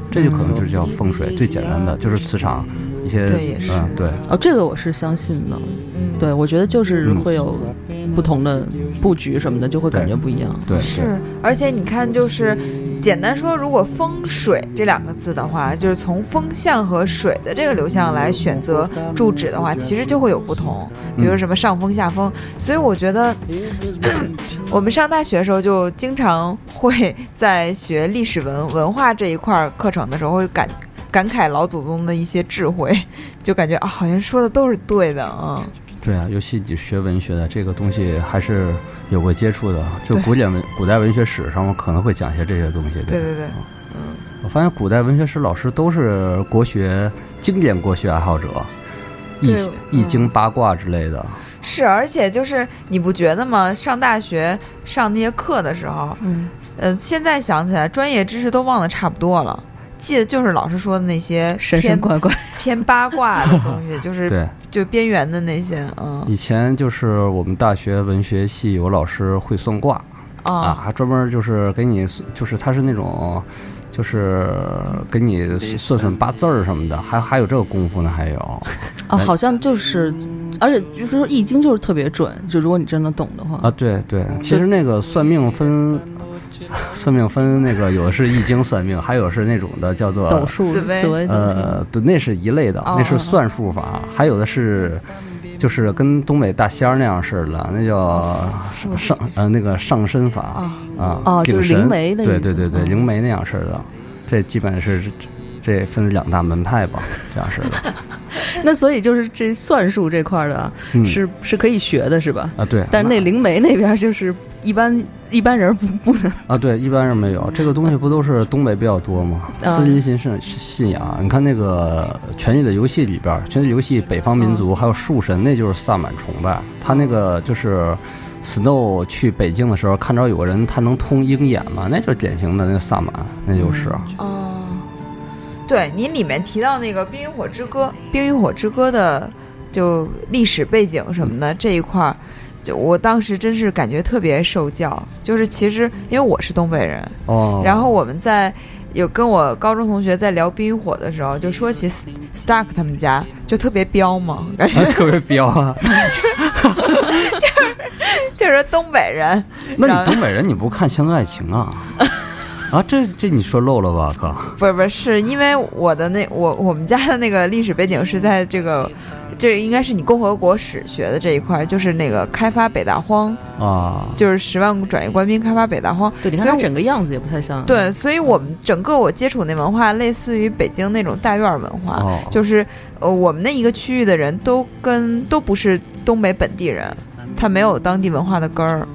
[SPEAKER 4] 这就可能就是叫风水最简单的，就是磁场一些
[SPEAKER 3] 对也是
[SPEAKER 4] 嗯对。
[SPEAKER 2] 哦，这个我是相信的。
[SPEAKER 3] 嗯，
[SPEAKER 2] 对，我觉得就是会有
[SPEAKER 4] 嗯
[SPEAKER 2] 不同的布局什么的，就会感觉不一样。
[SPEAKER 4] 对，对
[SPEAKER 3] 是，而且你看，就是简单说，如果风水这两个字的话，就是从风向和水的这个流向来选择住址的话，其实就会有不同，比如
[SPEAKER 4] 嗯
[SPEAKER 3] 什么上风、下风。所以我觉得， 我们上大学的时候就经常会在学历史文文化这一块儿课程的时候，会感感慨老祖宗的一些智慧，就感觉啊，好像说的都是对的啊。
[SPEAKER 4] 对啊，尤其你学文学的这个东西，还是有过接触的。就古典文、古代文学史上，我可能会讲一些这些东西。
[SPEAKER 3] 对对对，
[SPEAKER 4] 我发现古代文学史老师都是国学经典国学爱好者，易
[SPEAKER 3] 对嗯
[SPEAKER 4] 易经八卦之类的。
[SPEAKER 3] 是，而且就是你不觉得吗？上大学上那些课的时候，
[SPEAKER 2] 嗯，
[SPEAKER 3] 呃，现在想起来，专业知识都忘得差不多了，记得就是老师说的那些
[SPEAKER 2] 神神
[SPEAKER 3] 偏
[SPEAKER 2] 怪怪。
[SPEAKER 3] 偏八卦的东 西，就是
[SPEAKER 4] 对，
[SPEAKER 3] 就边缘的那些，嗯
[SPEAKER 4] 以前就是我们大学文学系有老师会算卦啊，
[SPEAKER 3] 啊，
[SPEAKER 4] 还专门就是给你，就是他是那种。就是给你算算八字儿什么的，还还有这个功夫呢，还有，
[SPEAKER 2] 啊，好像就是，而且就是说《易经》就是特别准，就如果你真的懂的话
[SPEAKER 4] 啊，，对对，其实那个算命分，算命分那个有的是易经算命，还有是那种的叫做
[SPEAKER 2] 斗数、
[SPEAKER 3] 紫薇
[SPEAKER 2] 紫薇
[SPEAKER 4] 呃，对，那是一类的，那
[SPEAKER 3] 哦
[SPEAKER 4] 是算术法，还有的是。就是跟东北大仙儿那样似的，那叫上呃那个上身法啊
[SPEAKER 2] 哦就是
[SPEAKER 4] 顶神
[SPEAKER 2] 灵媒的意
[SPEAKER 4] 对
[SPEAKER 2] 思
[SPEAKER 4] 对对对，
[SPEAKER 2] 哦
[SPEAKER 4] 灵媒那样似的，这基本是这分两大门派吧，这样式 的。
[SPEAKER 2] 那所以就是这算术这块儿的啊，
[SPEAKER 4] 嗯
[SPEAKER 2] 是是可以学的，是吧？
[SPEAKER 4] 啊，对，
[SPEAKER 2] 但是那灵媒那边儿就是一般一般人不不能
[SPEAKER 4] 啊，对，一般人没
[SPEAKER 3] 嗯
[SPEAKER 4] 有这个东西，不都是东北比较多吗？
[SPEAKER 2] 嗯
[SPEAKER 4] 私人信信信仰，你看那个《权力的游戏》里边，《权力游戏》北方民
[SPEAKER 3] 嗯
[SPEAKER 4] 族还有树神，那就是萨满崇拜。他那个就是 Snow 去北京的时候，看着有个人他能通鹰眼嘛，那就是典型的那萨满，那就是啊。
[SPEAKER 3] 哦，对，您里面提到那个《冰与火之歌》，《冰与火之歌》的就历史背景什么的
[SPEAKER 2] 嗯
[SPEAKER 3] 这一块儿，就我当时真是感觉特别受教。就是其实因为我是东北人，
[SPEAKER 4] 哦，
[SPEAKER 3] 然后我们在有跟我高中同学在聊《冰与火》的时候，就说起 S- Stark 他们家就特别彪嘛，哎感觉
[SPEAKER 4] 啊 特别彪 啊！
[SPEAKER 3] 就是东北人。
[SPEAKER 4] 那
[SPEAKER 3] 然后
[SPEAKER 4] 你东北人你不看《乡村爱情》 啊？啊，这这你说漏了吧，哥？
[SPEAKER 3] 不是不是，是因为我的那我我们家的那个历史背景是在这个，这应该是你共和国史学的这一块儿，就是那个开发北大荒，
[SPEAKER 4] 啊，
[SPEAKER 3] 就是十万个转移官兵开发北大荒。
[SPEAKER 2] 对，你看
[SPEAKER 3] 所以
[SPEAKER 2] 他
[SPEAKER 3] 我
[SPEAKER 2] 整个样子也不太像。，
[SPEAKER 3] 对，所以我们整个我接触那文化，类似于北京那种大院儿文化，
[SPEAKER 4] 哦
[SPEAKER 3] 就是呃我们那一个区域的人都跟都不是东北本地人，他没有当地文化的根儿。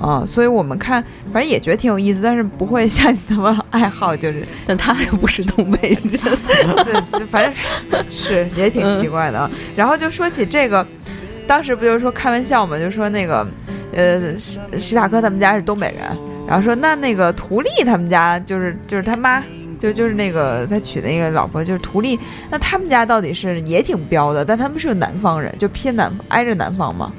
[SPEAKER 3] 啊、所以我们看，反正也觉得挺有意思，但是不会像你那么爱好，就是
[SPEAKER 2] 但他又不是东北人，
[SPEAKER 3] 对，就反正是也挺奇怪的。啊。然后就说起这个，当时不就是说开玩笑嘛，就说那个，呃，史史塔克他们家是东北人，然后说那那个图利他们家就是就是他妈。就就是那个他娶那个老婆就是图利，那他们家到底是也挺彪的，但他们是南方人，就偏南挨着南方嘛，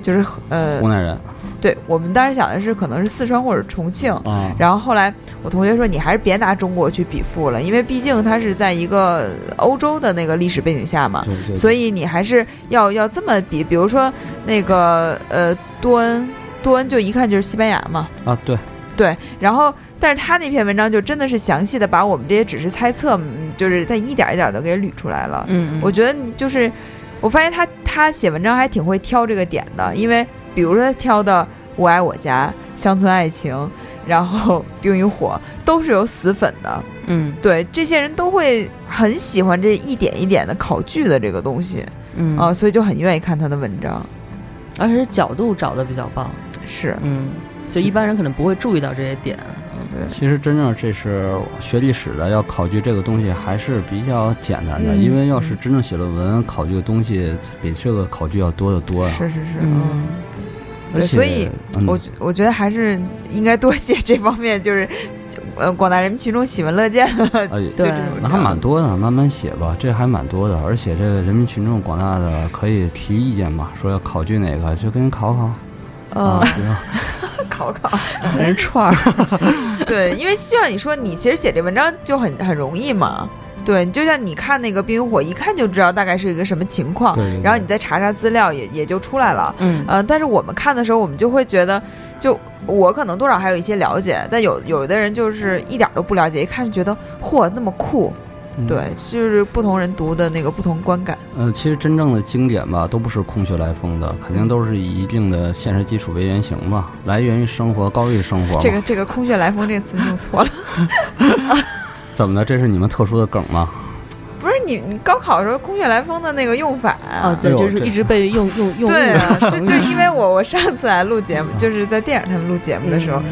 [SPEAKER 3] 就是呃
[SPEAKER 4] 湖，南人
[SPEAKER 3] 对我们当时想的是可能是四川或者重庆，
[SPEAKER 4] 啊，
[SPEAKER 3] 然后后来我同学说，你还是别拿中国去比附了，因为毕竟它是在一个欧洲的那个历史背景下嘛，
[SPEAKER 4] 对对对
[SPEAKER 3] 所以你还是要要这么比，比如说那个呃多恩，多恩就一看就是西班牙嘛，
[SPEAKER 4] 啊，对，
[SPEAKER 3] 对，然后但是他那篇文章就真的是详细的把我们这些只是猜测，嗯就是在一点一点的给捋出来了，
[SPEAKER 2] 嗯，
[SPEAKER 3] 我觉得你就是，我发现他他写文章还挺会挑这个点的，因为比如说他挑的《我爱我家》《乡村爱情》，然后《冰与火》，都是有死粉的。
[SPEAKER 2] 嗯
[SPEAKER 3] 对，这些人都会很喜欢这一点一点的考据的这个东西
[SPEAKER 2] 嗯
[SPEAKER 3] 啊、，所以就很愿意看他的文章。
[SPEAKER 2] 而且是角度找的比较棒，
[SPEAKER 3] 是，
[SPEAKER 2] 嗯，就一般人可能不会注意到这些点，啊
[SPEAKER 4] 其实真正这是学历史的，要考据这个东西还是比较简单的，
[SPEAKER 3] 嗯
[SPEAKER 4] 因为要是真正写论文，考据的东西比这个考据要多得多呀、
[SPEAKER 3] 是是是，
[SPEAKER 2] 嗯
[SPEAKER 3] 嗯。对
[SPEAKER 4] 而且
[SPEAKER 3] 所以
[SPEAKER 4] 嗯
[SPEAKER 3] 我我觉得还是应该多写这方面，就是，就呃，广大人民群众喜闻乐见的，
[SPEAKER 4] 哎
[SPEAKER 2] 对
[SPEAKER 3] 就这种文
[SPEAKER 4] 那
[SPEAKER 3] 章
[SPEAKER 4] 还蛮多的，慢慢写吧，这还蛮多的，而且这人民群众广大的可以提意见嘛，说要考据哪个就给你考考、啊，
[SPEAKER 3] 嗯，
[SPEAKER 4] 行
[SPEAKER 3] 考考。
[SPEAKER 2] 人串儿，
[SPEAKER 3] 对，因为就像你说，你其实写这文章就很很容易嘛。对，就像你看那个冰与火，一看就知道大概是一个什么情况，
[SPEAKER 4] 对对对
[SPEAKER 3] 然后你再查查资料也也就出来了。
[SPEAKER 2] 嗯
[SPEAKER 3] 呃，但是我们看的时候，我们就会觉得，就我可能多少还有一些了解，但有有的人就是一点儿都不了解，一看就觉得嚯那么酷，
[SPEAKER 4] 嗯
[SPEAKER 3] 对，就是不同人读的那个不同观感。
[SPEAKER 4] 呃，其实真正的经典吧，都不是空穴来风的，肯定都是以一定的现实基础为原型嘛，来源于生活，高于生活嘛。
[SPEAKER 3] 这个这个“空穴来风”这个词用错了，
[SPEAKER 4] 怎么的？这是你们特殊的梗吗？
[SPEAKER 3] 不是你你高考的时候“空穴来风”的那个用法啊
[SPEAKER 2] 啊，对，
[SPEAKER 4] 哎呦
[SPEAKER 2] 就是
[SPEAKER 4] 这
[SPEAKER 2] 一直被用用用
[SPEAKER 3] 对
[SPEAKER 2] 误
[SPEAKER 3] 啊，
[SPEAKER 2] 了
[SPEAKER 3] 就 就因为我我上次来录节目，就是在电影他们录
[SPEAKER 2] 嗯
[SPEAKER 3] 节目的时
[SPEAKER 4] 嗯
[SPEAKER 3] 候，，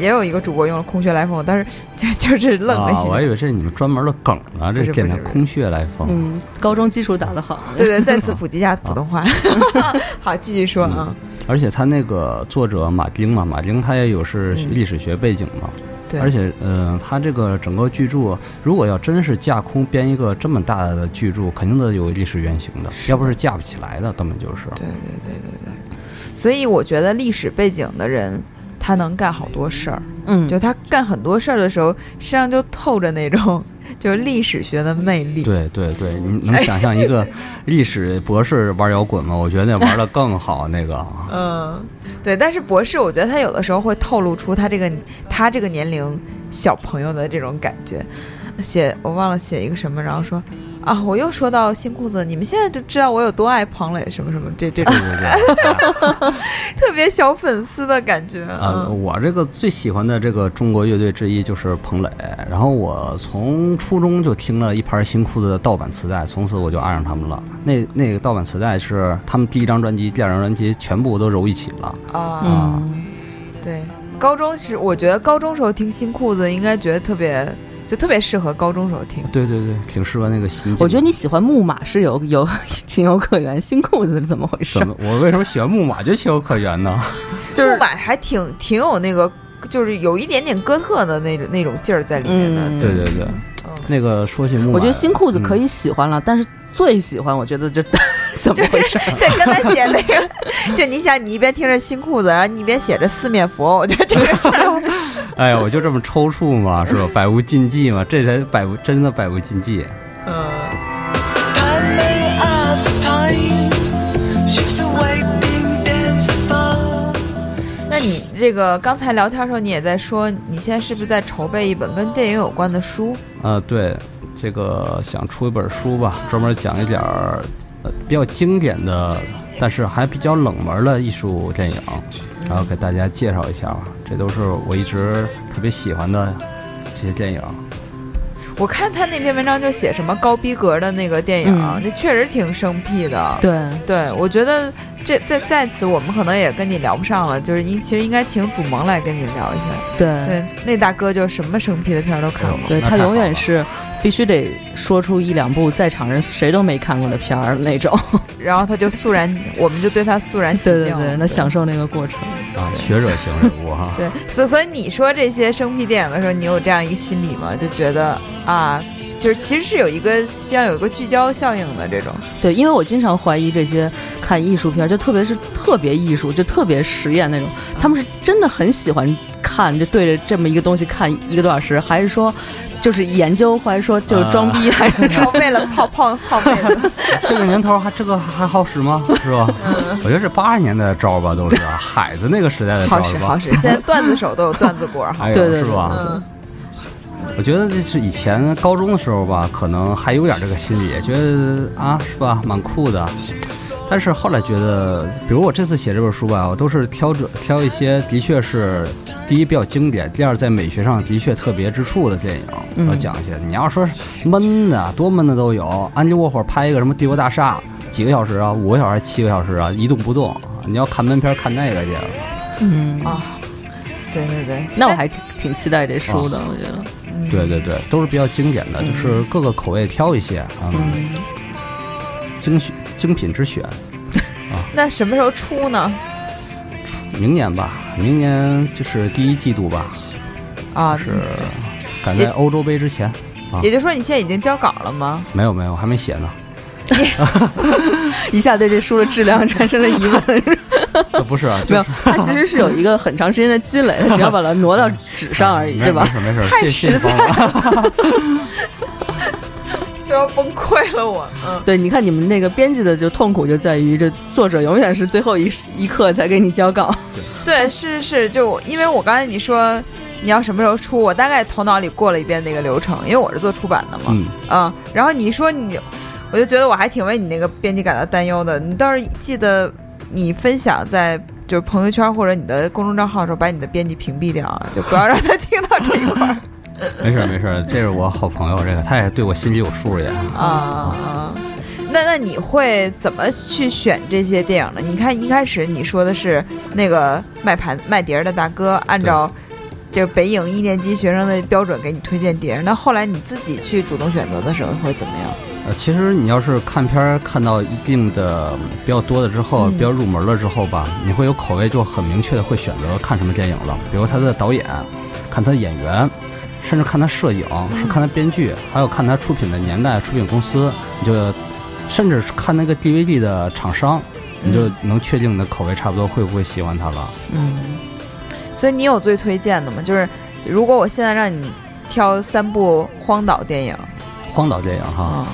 [SPEAKER 3] 也有一个主播用了“空穴来风”，我当时就 就是愣了
[SPEAKER 4] 啊，我还
[SPEAKER 3] 一
[SPEAKER 4] 以
[SPEAKER 3] 下。
[SPEAKER 4] 为这是你们专门的梗
[SPEAKER 3] 不
[SPEAKER 4] 呢，这
[SPEAKER 3] 是
[SPEAKER 4] 变得
[SPEAKER 3] 不是
[SPEAKER 4] 空穴来风。
[SPEAKER 2] 嗯，高中基础打得好，
[SPEAKER 3] 对对，再次普及一下普通话。
[SPEAKER 4] 啊
[SPEAKER 3] 好，继续说啊。
[SPEAKER 4] 而且他那个作者马丁嘛，马丁他也有是
[SPEAKER 2] 嗯
[SPEAKER 4] 历史学背景嘛，
[SPEAKER 3] 对，
[SPEAKER 4] 而且呃，他这个整个巨著，如果要真是架空编一个这么大的巨著，肯定得有历史原型的，要不是架不起来的，根本就是。
[SPEAKER 3] 对对对对对。所以我觉得历史背景的人，他能干好多事儿。
[SPEAKER 2] 嗯，
[SPEAKER 3] 就他干很多事儿的时候，身上就透着那种 就是历史学的魅力。
[SPEAKER 4] 对对对，你能想象一个历史博士玩摇滚吗？我觉得那玩的更好，那个啊
[SPEAKER 3] 嗯，对，但是博士，我觉得他有的时候会透露出他这个他这个年龄小朋友的这种感觉。写我忘了写一个什么，然后说啊，我又说到新裤子，你们现在就知道我有多爱彭磊什么什么这这种，
[SPEAKER 4] 对对对，
[SPEAKER 3] 特别小粉丝的感觉。
[SPEAKER 4] 啊，
[SPEAKER 3] 嗯
[SPEAKER 4] 我这个最喜欢的这个中国乐队之一就是彭磊，然后我从初中就听了一盘新裤子的盗版磁带，从此我就爱上他们了。那那个盗版磁带是他们第一张专辑、第二张专辑全部都揉一起了。
[SPEAKER 3] 啊，
[SPEAKER 4] 啊
[SPEAKER 2] 嗯，
[SPEAKER 3] 对，高中时我觉得高中时候听新裤子应该觉得特别，就特别适合高中时候听。
[SPEAKER 4] 对对对，挺适合那个心境。
[SPEAKER 2] 我觉得你喜欢木马是有有 情有可原，新裤子是怎么回事
[SPEAKER 4] 怎？么？我为什么喜欢木马就情有可原呢？
[SPEAKER 2] 嗯
[SPEAKER 3] 木马还挺挺有那个，就是有一点点哥特的那种那种劲儿在里面的。
[SPEAKER 2] 嗯
[SPEAKER 4] 对对对，那个说起木马，
[SPEAKER 2] 我觉得新裤子可
[SPEAKER 4] 嗯
[SPEAKER 2] 以喜欢了，但是最喜欢我觉得这 怎么回事？
[SPEAKER 3] 对，刚才写那个，就你想，你一边听着新裤子，然后你一边写着四面佛，我觉得这个 事儿
[SPEAKER 4] 哎呀，我就这么抽搐嘛，
[SPEAKER 2] 嗯
[SPEAKER 4] 是吧？百无禁忌嘛，这才百无真的百无禁忌。
[SPEAKER 3] 那你这个刚才聊天的时候，你也在说，你现在是不是在筹备一本跟电影有关的书？
[SPEAKER 4] 啊，对，这个想出一本书吧，专门讲一点儿、呃、比较经典的，但是还比较冷门的艺术电影，然后给大家介绍一下吧。这都是我一直特别喜欢的这些电影。
[SPEAKER 3] 我看他那篇文章就写什么高逼格的那个电影，
[SPEAKER 2] 嗯
[SPEAKER 3] 那确实挺生僻的。
[SPEAKER 2] 对，
[SPEAKER 3] 对，我觉得这在在此我们可能也跟你聊不上了，就是应其实应该请祖萌来跟你聊一下。
[SPEAKER 2] 对
[SPEAKER 3] 对，那大哥就什么生僻的片儿都看过。
[SPEAKER 2] 嗯对，
[SPEAKER 4] 那
[SPEAKER 2] 他
[SPEAKER 4] 太好
[SPEAKER 2] 永远
[SPEAKER 4] 了
[SPEAKER 2] 是必须得说出一两部在场人谁都没看过的片儿那种。
[SPEAKER 3] 然后他就肃然，我们就对他肃然起敬
[SPEAKER 2] 对对
[SPEAKER 3] 了。，
[SPEAKER 2] 啊对，那享受那个过程。
[SPEAKER 4] 啊，学者型人物哈
[SPEAKER 3] 对，所所以你说这些生僻电影的时候，你有这样一个心理吗？就觉得啊，就是其实是有一个像有一个聚焦效应的这种。
[SPEAKER 2] 对，因为我经常怀疑这些看艺术片儿，就特别是特别艺术，就特别实验那种，他们是真的很喜欢看，就对着这么一个东西看一个多小时，还是说就是研究，还是说就是装逼，还 是
[SPEAKER 3] 然后为了泡泡泡妹子，
[SPEAKER 4] 这个年头还这个还好使吗？是吧？
[SPEAKER 3] 嗯
[SPEAKER 4] 我觉得是八十年代的招儿吧，都是啊海子那个时代的招
[SPEAKER 3] 好
[SPEAKER 4] 儿
[SPEAKER 3] 使
[SPEAKER 4] 是
[SPEAKER 3] 好
[SPEAKER 4] 吧？
[SPEAKER 3] 使。现在段子手都有段子果儿 哈。
[SPEAKER 4] 哎
[SPEAKER 2] 对对
[SPEAKER 4] 呦，是
[SPEAKER 2] 对
[SPEAKER 4] 吧？
[SPEAKER 3] 嗯，
[SPEAKER 4] 我觉得这是以前高中的时候吧，可能还有点这个心理，觉得啊是吧，蛮酷的。但是后来觉得，比如我这次写这本书吧，我都是挑着挑一些的确是第一比较经典，第二在美学上的确特别之处的电影，我讲一些。你要说闷的，多闷的都有。安吉沃霍尔拍一个什么帝国大厦，几个小时啊，五个小时、还是七个小时啊，一动不动。你要看闷片儿看那个去，啊
[SPEAKER 2] 嗯，
[SPEAKER 3] 对对对，
[SPEAKER 2] 那我还挺挺期待这书的，我觉得。
[SPEAKER 4] 对对对，都是比较经典
[SPEAKER 2] 嗯
[SPEAKER 4] 的，就是各个口味挑一些，嗯，
[SPEAKER 2] 嗯
[SPEAKER 4] 精选精品之选。
[SPEAKER 3] 那什么时候出呢？
[SPEAKER 4] 明年吧，明年就是第一季度吧，
[SPEAKER 3] 啊，
[SPEAKER 4] 是赶
[SPEAKER 2] 嗯
[SPEAKER 4] 在欧洲杯之前。
[SPEAKER 3] 也就是说你现在已经交稿了吗？
[SPEAKER 4] 没有没有，我还 没写呢，
[SPEAKER 2] 一下对这书的质量产生了疑问，
[SPEAKER 4] 呃不是啊，
[SPEAKER 2] 没
[SPEAKER 4] 就
[SPEAKER 2] 有
[SPEAKER 4] 是，
[SPEAKER 2] 它其实是有一个很长时间的积累，它只要把它挪到纸上而已，
[SPEAKER 4] 没
[SPEAKER 2] 对
[SPEAKER 4] 事
[SPEAKER 2] 吧
[SPEAKER 4] 没？事没事，谢谢谢帮忙。
[SPEAKER 3] 都要崩溃了我。嗯，
[SPEAKER 2] 对，你看你们那个编辑的就痛苦就在于，这作者永远是最后一一刻才给你交稿。
[SPEAKER 3] 对，是是，就我因为我刚才你说你要什么时候出，我大概头脑里过了一遍那个流程，因为我是做出版的嘛。
[SPEAKER 4] 嗯，
[SPEAKER 3] 嗯，然后你说你，我就觉得我还挺为你那个编辑感到担忧的。你倒是记得你分享在就是朋友圈或者你的公众账号的时候，把你的编辑屏蔽掉啊，就不要让他听到这一块儿
[SPEAKER 4] 没事没事，这是我好朋友，这个他也对我心里有数也。
[SPEAKER 3] 啊。那那你会怎么去选这些电影呢？你看一开始你说的是那个卖盘卖碟儿的大哥，按照这北影一年级学生的标准给你推荐碟儿，那后来你自己去主动选择的时候会怎么样？
[SPEAKER 4] 呃，其实你要是看片儿看到一定的嗯比较多的之
[SPEAKER 2] 嗯
[SPEAKER 4] 后，比较入门了之后吧，你会有口味，就很明确的会选择看什么电影了。比如他的导演，看他的演员，甚至看他摄影，
[SPEAKER 2] 嗯
[SPEAKER 4] 是看他编剧，还有看他出品的年代、出品公司，你就甚至是看那个 DVD 的厂商，你就能确定你的口味差不多会不会喜欢它了。
[SPEAKER 2] 嗯，
[SPEAKER 3] 所以你有最推荐的吗？就是如果我现在让你挑三部荒岛电影，
[SPEAKER 4] 荒岛电影
[SPEAKER 2] 哦
[SPEAKER 4] 哈，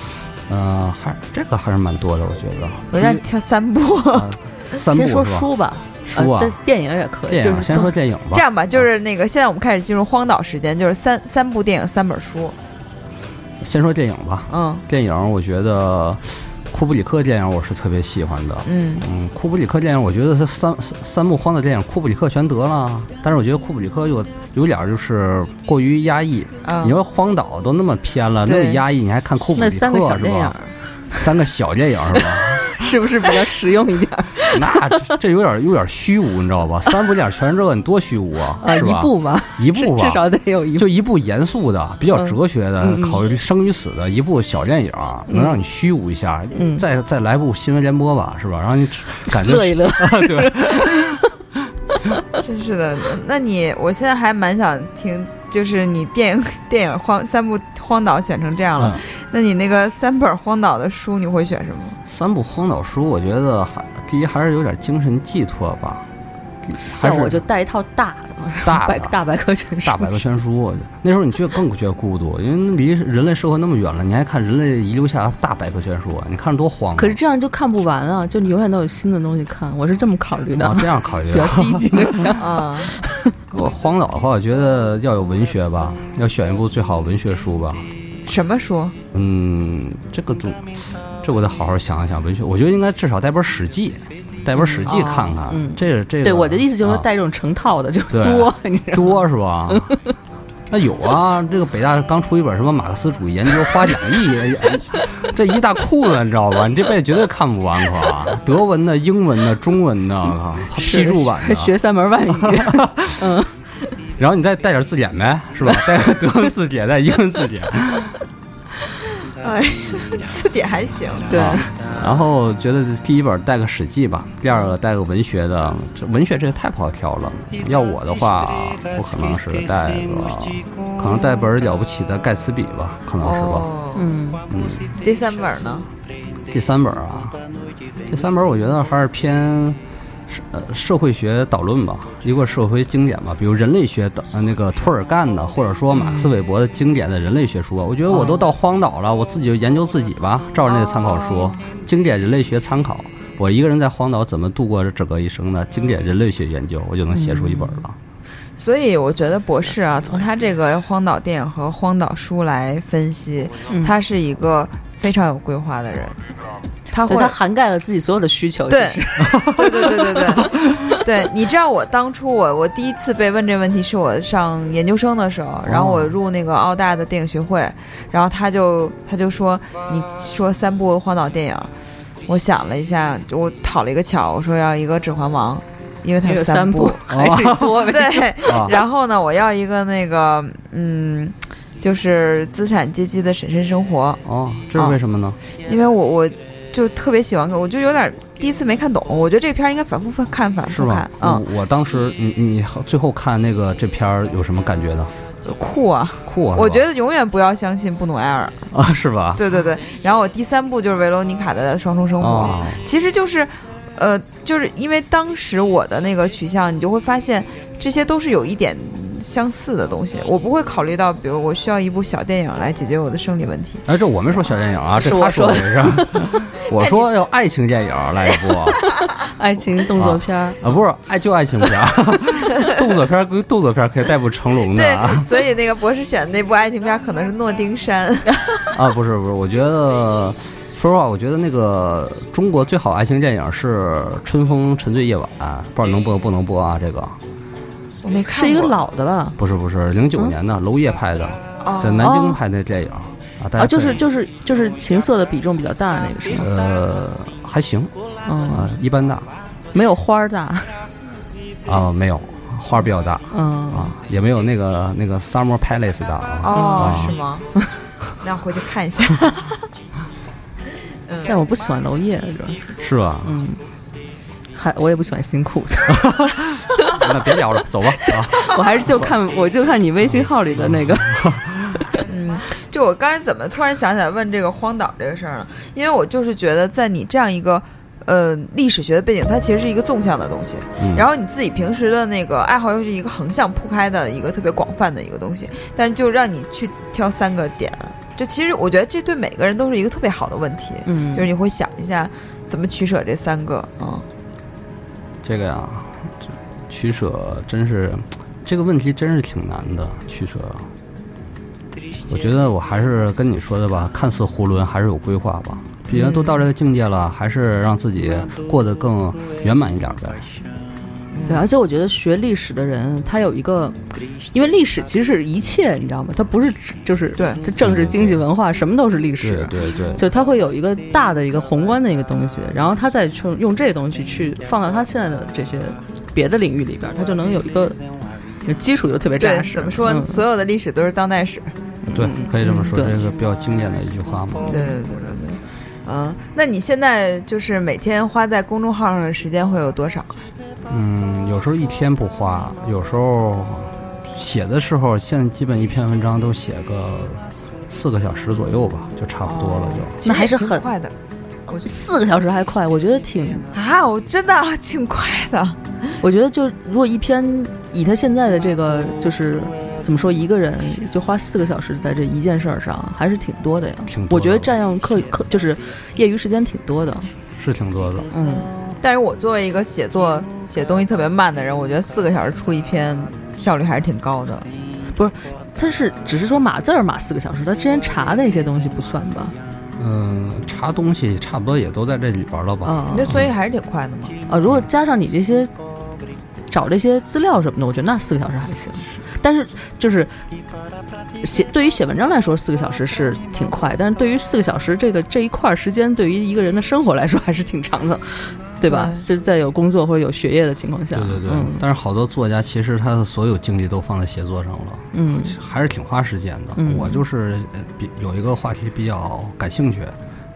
[SPEAKER 4] 嗯、还这个还是蛮多的，我觉得。呃
[SPEAKER 3] 我让你挑三部。
[SPEAKER 4] 三部
[SPEAKER 2] 先
[SPEAKER 4] 是
[SPEAKER 2] 说
[SPEAKER 4] 吧？
[SPEAKER 2] 书吧，
[SPEAKER 4] 书啊
[SPEAKER 2] 呃，，但电影也可以，
[SPEAKER 4] 电
[SPEAKER 2] 就
[SPEAKER 4] 影
[SPEAKER 2] 是
[SPEAKER 4] 先说电影吧
[SPEAKER 3] 这。样吧，就是那个现在我们开始进入荒岛时间，就是三三部电影，三本书。
[SPEAKER 4] 先说电影吧。
[SPEAKER 3] 嗯，
[SPEAKER 4] 电影，我觉得《库布里克电影我是特别喜欢的。
[SPEAKER 3] 嗯，
[SPEAKER 4] 嗯，库布里克电影，我觉得他三三三幕荒的电影，库布里克全得了。但是我觉得库布里克有有点儿就是过于压抑。
[SPEAKER 3] 啊
[SPEAKER 4] 你，说荒岛都那么偏了，那
[SPEAKER 3] 对
[SPEAKER 4] 么压抑，你还看库布
[SPEAKER 2] 那
[SPEAKER 4] 里克
[SPEAKER 2] 三个小
[SPEAKER 4] 是
[SPEAKER 2] 电影
[SPEAKER 4] 吧？
[SPEAKER 2] 儿
[SPEAKER 4] 三个小电影是吧？
[SPEAKER 2] 是不是比较实用一 点儿
[SPEAKER 4] 那这这有点儿有点儿虚无，你知道吧？三部电影全是这个，你多虚无啊，
[SPEAKER 2] 啊？
[SPEAKER 4] 是吧？
[SPEAKER 2] 一部吧，
[SPEAKER 4] 一
[SPEAKER 2] 至
[SPEAKER 4] 部吧，
[SPEAKER 2] 至少得有一部。
[SPEAKER 4] 就一部严肃的、比较哲学的、
[SPEAKER 2] 嗯嗯嗯
[SPEAKER 4] 考虑生与死的一部小电影，能让你虚无一下。
[SPEAKER 2] 嗯
[SPEAKER 4] 再再来部新闻联播吧，是吧？让你 感觉
[SPEAKER 2] 乐一乐，
[SPEAKER 3] 真是的。那你，我现在还蛮想听，就是你电影 电影荒三部荒岛选成这样了，那你那个三本荒岛的书你会选什么？
[SPEAKER 4] 三部荒岛书，我觉得还第一还是有点精神寄托吧， 还
[SPEAKER 2] 那
[SPEAKER 4] 是
[SPEAKER 2] 我就带一套大的，
[SPEAKER 4] 大
[SPEAKER 2] 百
[SPEAKER 4] 的
[SPEAKER 2] 大百科全书。
[SPEAKER 4] 大百科全书。我觉得那时候你觉得更觉得孤独，因为离人类社会那么远了，你还看人类遗留下的大百科全书，你看着多荒啊。
[SPEAKER 2] 可是这样就看不完啊，就你永远都有新的东西看。我是这么考虑的
[SPEAKER 4] 啊，，这样考虑
[SPEAKER 2] 比较 低级的想法。
[SPEAKER 3] 啊，
[SPEAKER 4] 我荒岛的话，我觉得要有文学吧，要选一部最好文学书吧。
[SPEAKER 3] 什么书？
[SPEAKER 4] 嗯，这个总，这我得好好想一想文学。我觉得应该至少带本《史记》，带本《史记》看看。
[SPEAKER 2] 嗯
[SPEAKER 4] 这个这个，
[SPEAKER 2] 对，我的意思就是
[SPEAKER 4] 啊
[SPEAKER 2] 带这种成套的，就是
[SPEAKER 4] 对
[SPEAKER 2] 多，你知道吗。
[SPEAKER 4] 多是吧？ 那有啊，这个北大刚出一本什么马克思主义研究花讲义， 这一大库呢，你知道吧？你这辈子绝对看不完，可德文的、英文的、中文的，
[SPEAKER 2] 嗯
[SPEAKER 4] 我靠，批注版
[SPEAKER 2] 还
[SPEAKER 4] 的，
[SPEAKER 2] 学三门外 语，
[SPEAKER 4] 然后你再带点字典呗，是吧？带 个德文字典，带英文字典，
[SPEAKER 3] 哎，字典还行。
[SPEAKER 2] 对，
[SPEAKER 4] 啊然后觉得第一本带个《史记》吧，第二个带个文学的，这文学这个太不好挑了。要我的话，我可能是带个，可能带本了不起的《盖茨比》吧，可能是吧。
[SPEAKER 3] 哦，
[SPEAKER 2] 嗯，
[SPEAKER 4] 嗯，
[SPEAKER 3] 第三本呢？
[SPEAKER 4] 第三本啊，第三本我觉得还是偏社呃社会学导论吧，一个社会经典吧，比如人类学的呃那个托尔干的，或者说马克思韦伯的经典的人类学书啊。我觉得我都到荒岛了，我自己就研究自己吧，照着那个参考书，
[SPEAKER 3] 哦
[SPEAKER 4] 经典人类学参考。我一个人在荒岛怎么度过这整个一生的经典人类学研究，我就能写出一本了。
[SPEAKER 3] 所以我觉得博士啊，从他这个荒岛电影和荒岛书来分析，
[SPEAKER 2] 嗯
[SPEAKER 3] 他是一个非常有规划的人，他会
[SPEAKER 2] 对，它涵盖了自己所有的需求。
[SPEAKER 3] 对
[SPEAKER 2] 其实，
[SPEAKER 3] 对对对对对， 对，你知道我当初我我第一次被问这问题是我上研究生的时候，然后我入那个澳大的电影学会，然后他就他就说你说三部荒岛电影，我想了一下，我讨了一个巧，我说要一个《指环王》，因为它
[SPEAKER 2] 它有
[SPEAKER 3] 三
[SPEAKER 2] 三部， 还是多 呗。
[SPEAKER 3] 对，
[SPEAKER 4] 啊，
[SPEAKER 3] 然后呢，我要一个那个嗯。就是资产阶级的审慎生活，
[SPEAKER 4] 哦，这是为什么呢？
[SPEAKER 3] 因为我我就特别喜欢看，我就有点第一次没看懂，我觉得这片儿应该反复看，反
[SPEAKER 4] 是
[SPEAKER 3] 复
[SPEAKER 4] 吧
[SPEAKER 3] 看，？嗯，
[SPEAKER 4] 我我当时你你最后看那个这片儿有什么感觉呢？
[SPEAKER 3] 酷啊，
[SPEAKER 4] 酷啊！
[SPEAKER 3] 我
[SPEAKER 4] 是吧
[SPEAKER 3] 觉得永远不要相信布努埃尔，
[SPEAKER 4] 啊，是吧？
[SPEAKER 3] 对 对对。然后我第三部就是维罗妮卡的《双重生活》
[SPEAKER 4] 哦，
[SPEAKER 3] 其实就是，呃，就是因为当时我的那个取向，你就会发现这些都是有一点相似的东西。我不会考虑到，比如我需要一部小电影来解决我的生理问题。
[SPEAKER 4] 哎，这我没说小电影啊，
[SPEAKER 2] 是
[SPEAKER 4] 这
[SPEAKER 2] 我
[SPEAKER 4] 他
[SPEAKER 2] 说哎
[SPEAKER 4] 的这 是。我说要爱情电影来一部啊，
[SPEAKER 2] 爱情动作片儿，
[SPEAKER 4] 不是爱就爱情片儿，动作片儿归动作片儿，可以带部成龙的
[SPEAKER 3] 对
[SPEAKER 4] 啊，
[SPEAKER 3] 所以那个博士选的那部爱情片可能是《诺丁 山》
[SPEAKER 4] 啊，不是不是，我觉得说实话，我觉得那个中国最好爱情电影是《春风沉醉夜晚》，不知道能播不能播啊？这个
[SPEAKER 3] 我没看
[SPEAKER 2] 是
[SPEAKER 3] 过。
[SPEAKER 2] 一个老的吧？
[SPEAKER 4] 不是不是零
[SPEAKER 2] 嗯
[SPEAKER 4] 九年的娄烨拍的，在南京拍的电影啊，大家
[SPEAKER 2] 啊，哦就是
[SPEAKER 4] 可以
[SPEAKER 2] 就是就是情色的比重比较大的那个是吗？
[SPEAKER 4] 呃还行
[SPEAKER 2] 嗯，
[SPEAKER 4] 啊，一般大
[SPEAKER 2] 没有花儿大，
[SPEAKER 4] 啊没有花儿比较大。
[SPEAKER 2] 嗯
[SPEAKER 4] 啊，，也没有那个那个 Summer Palace 的啊。
[SPEAKER 3] 哦，
[SPEAKER 4] 啊
[SPEAKER 3] 是 吗？那我回去看一下。
[SPEAKER 2] 但我不喜欢娄烨，主要是
[SPEAKER 4] 是吧？
[SPEAKER 2] 嗯，还我也不喜欢新 裤子，
[SPEAKER 4] 那别聊了，走吧。 啊，
[SPEAKER 2] 我还是就看我就看你微信号里的那个，
[SPEAKER 3] 就我刚才怎么突然想起来问这个荒岛这个事儿呢？因为我就是觉得在你这样一个呃历史学的背景，它其实是一个纵向的东西，
[SPEAKER 4] 嗯
[SPEAKER 3] 然后你自己平时的那个爱好又是一个横向铺开的一个特别广泛的一个东西，但是就让你去挑三个点，就其实我觉得这对每个人都是一个特别好的问题，
[SPEAKER 2] 嗯
[SPEAKER 3] 就是你会想一下怎么取舍这三个啊、
[SPEAKER 4] 这个呀，这取舍真是这个问题真是挺难的，取舍。我觉得我还是跟你说的吧，看似囫囵，还是有规划吧。毕竟都到这个境界了，还是让自己过得更圆满一点呗。
[SPEAKER 2] 嗯对，而且我觉得学历史的人，他有一个，因为历史其实是一切，你知道吗？它不是只就是
[SPEAKER 3] 对
[SPEAKER 2] 它政治、经济、文化什么都是啊历史
[SPEAKER 4] 对，对对，
[SPEAKER 2] 就他会有一个大的一个宏观的一个东西，然后他再去用这东西去放到他现在的这些别的领域里边儿，他就能有一个基础就特别扎
[SPEAKER 3] 对，
[SPEAKER 2] 实。
[SPEAKER 3] 怎么说？
[SPEAKER 2] 嗯
[SPEAKER 3] 所有的历史都是当代史。
[SPEAKER 4] 对，可以这么说，
[SPEAKER 2] 对
[SPEAKER 4] 这是比较经典的一句话嘛。
[SPEAKER 3] 对对对对对。嗯，那你现在就是每天花在公众号上的时间会有多少？
[SPEAKER 4] 嗯，有时候一天不花，有时候写的时候，现在基本一篇文章都写个四个小时左右吧，就差不多了就。
[SPEAKER 3] 其实
[SPEAKER 2] 那还是
[SPEAKER 3] 也挺
[SPEAKER 2] 很
[SPEAKER 3] 快的
[SPEAKER 2] 四个小时还快，我觉得挺，
[SPEAKER 3] 啊！我真的挺快的。
[SPEAKER 2] 我觉得就如果一篇以他现在的这个就是怎么说，一个人就花四个小时在这一件事儿上，还是挺多的呀。
[SPEAKER 4] 挺多的
[SPEAKER 2] 我觉得占用课课就是业余时间挺多的，
[SPEAKER 4] 是挺多的，
[SPEAKER 2] 嗯，
[SPEAKER 3] 但是我作为一个写作写东西特别慢的人，我觉得四个小时出一篇效率还是挺高的。
[SPEAKER 2] 他是只是说码字儿码四个小时，他之前查的一些东西不算吧？
[SPEAKER 4] 嗯，查东西差不多也都在这里边了吧。
[SPEAKER 2] 啊、
[SPEAKER 3] 那所以还是挺快的嘛。
[SPEAKER 2] 啊，如果加上你这些找这些资料什么的，我觉得那四个小时还行。但是就是写对于写文章来说，四个小时是挺快，但是对于四个小时这个这一块儿时间，对于一个人的生活来说还是挺长的，对吧？就是在有工作或者有学业的情况下，
[SPEAKER 4] 对对对，
[SPEAKER 2] 嗯
[SPEAKER 4] 但是好多作家其实他的所有精力都放在写作上了，
[SPEAKER 2] 嗯
[SPEAKER 4] 还是挺花时间的。
[SPEAKER 2] 嗯
[SPEAKER 4] 我就是呃比有一个话题比较感兴趣，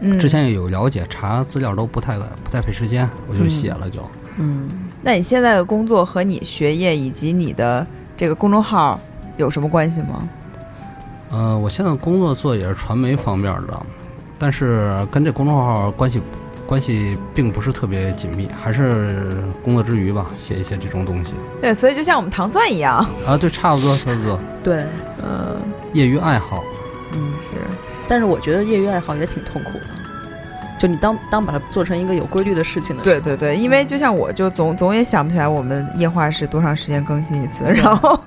[SPEAKER 3] 嗯，
[SPEAKER 4] 之前也有了解，查资料都不太不太费时间，我就写了就。
[SPEAKER 2] 嗯。
[SPEAKER 3] 那你现在的工作和你学业以及你的这个公众号有什么关系吗？
[SPEAKER 4] 呃，我现在工作做也是传媒方面的，但是跟这公众号关系关系并不是特别紧密，还是工作之余吧，写一写这种东西
[SPEAKER 3] 对，所以就像我们糖蒜一样，
[SPEAKER 4] 啊，对，差不多，差不多，
[SPEAKER 2] 对，呃
[SPEAKER 3] 嗯，
[SPEAKER 4] 业余爱好。
[SPEAKER 2] 嗯，
[SPEAKER 3] 是，
[SPEAKER 2] 但是我觉得业余爱好也挺痛苦的，就你当当把它做成一个有规律的事情的时候，
[SPEAKER 3] 对对对，因为就像我就总总也想不起来我们夜话是多长时间更新一次，然后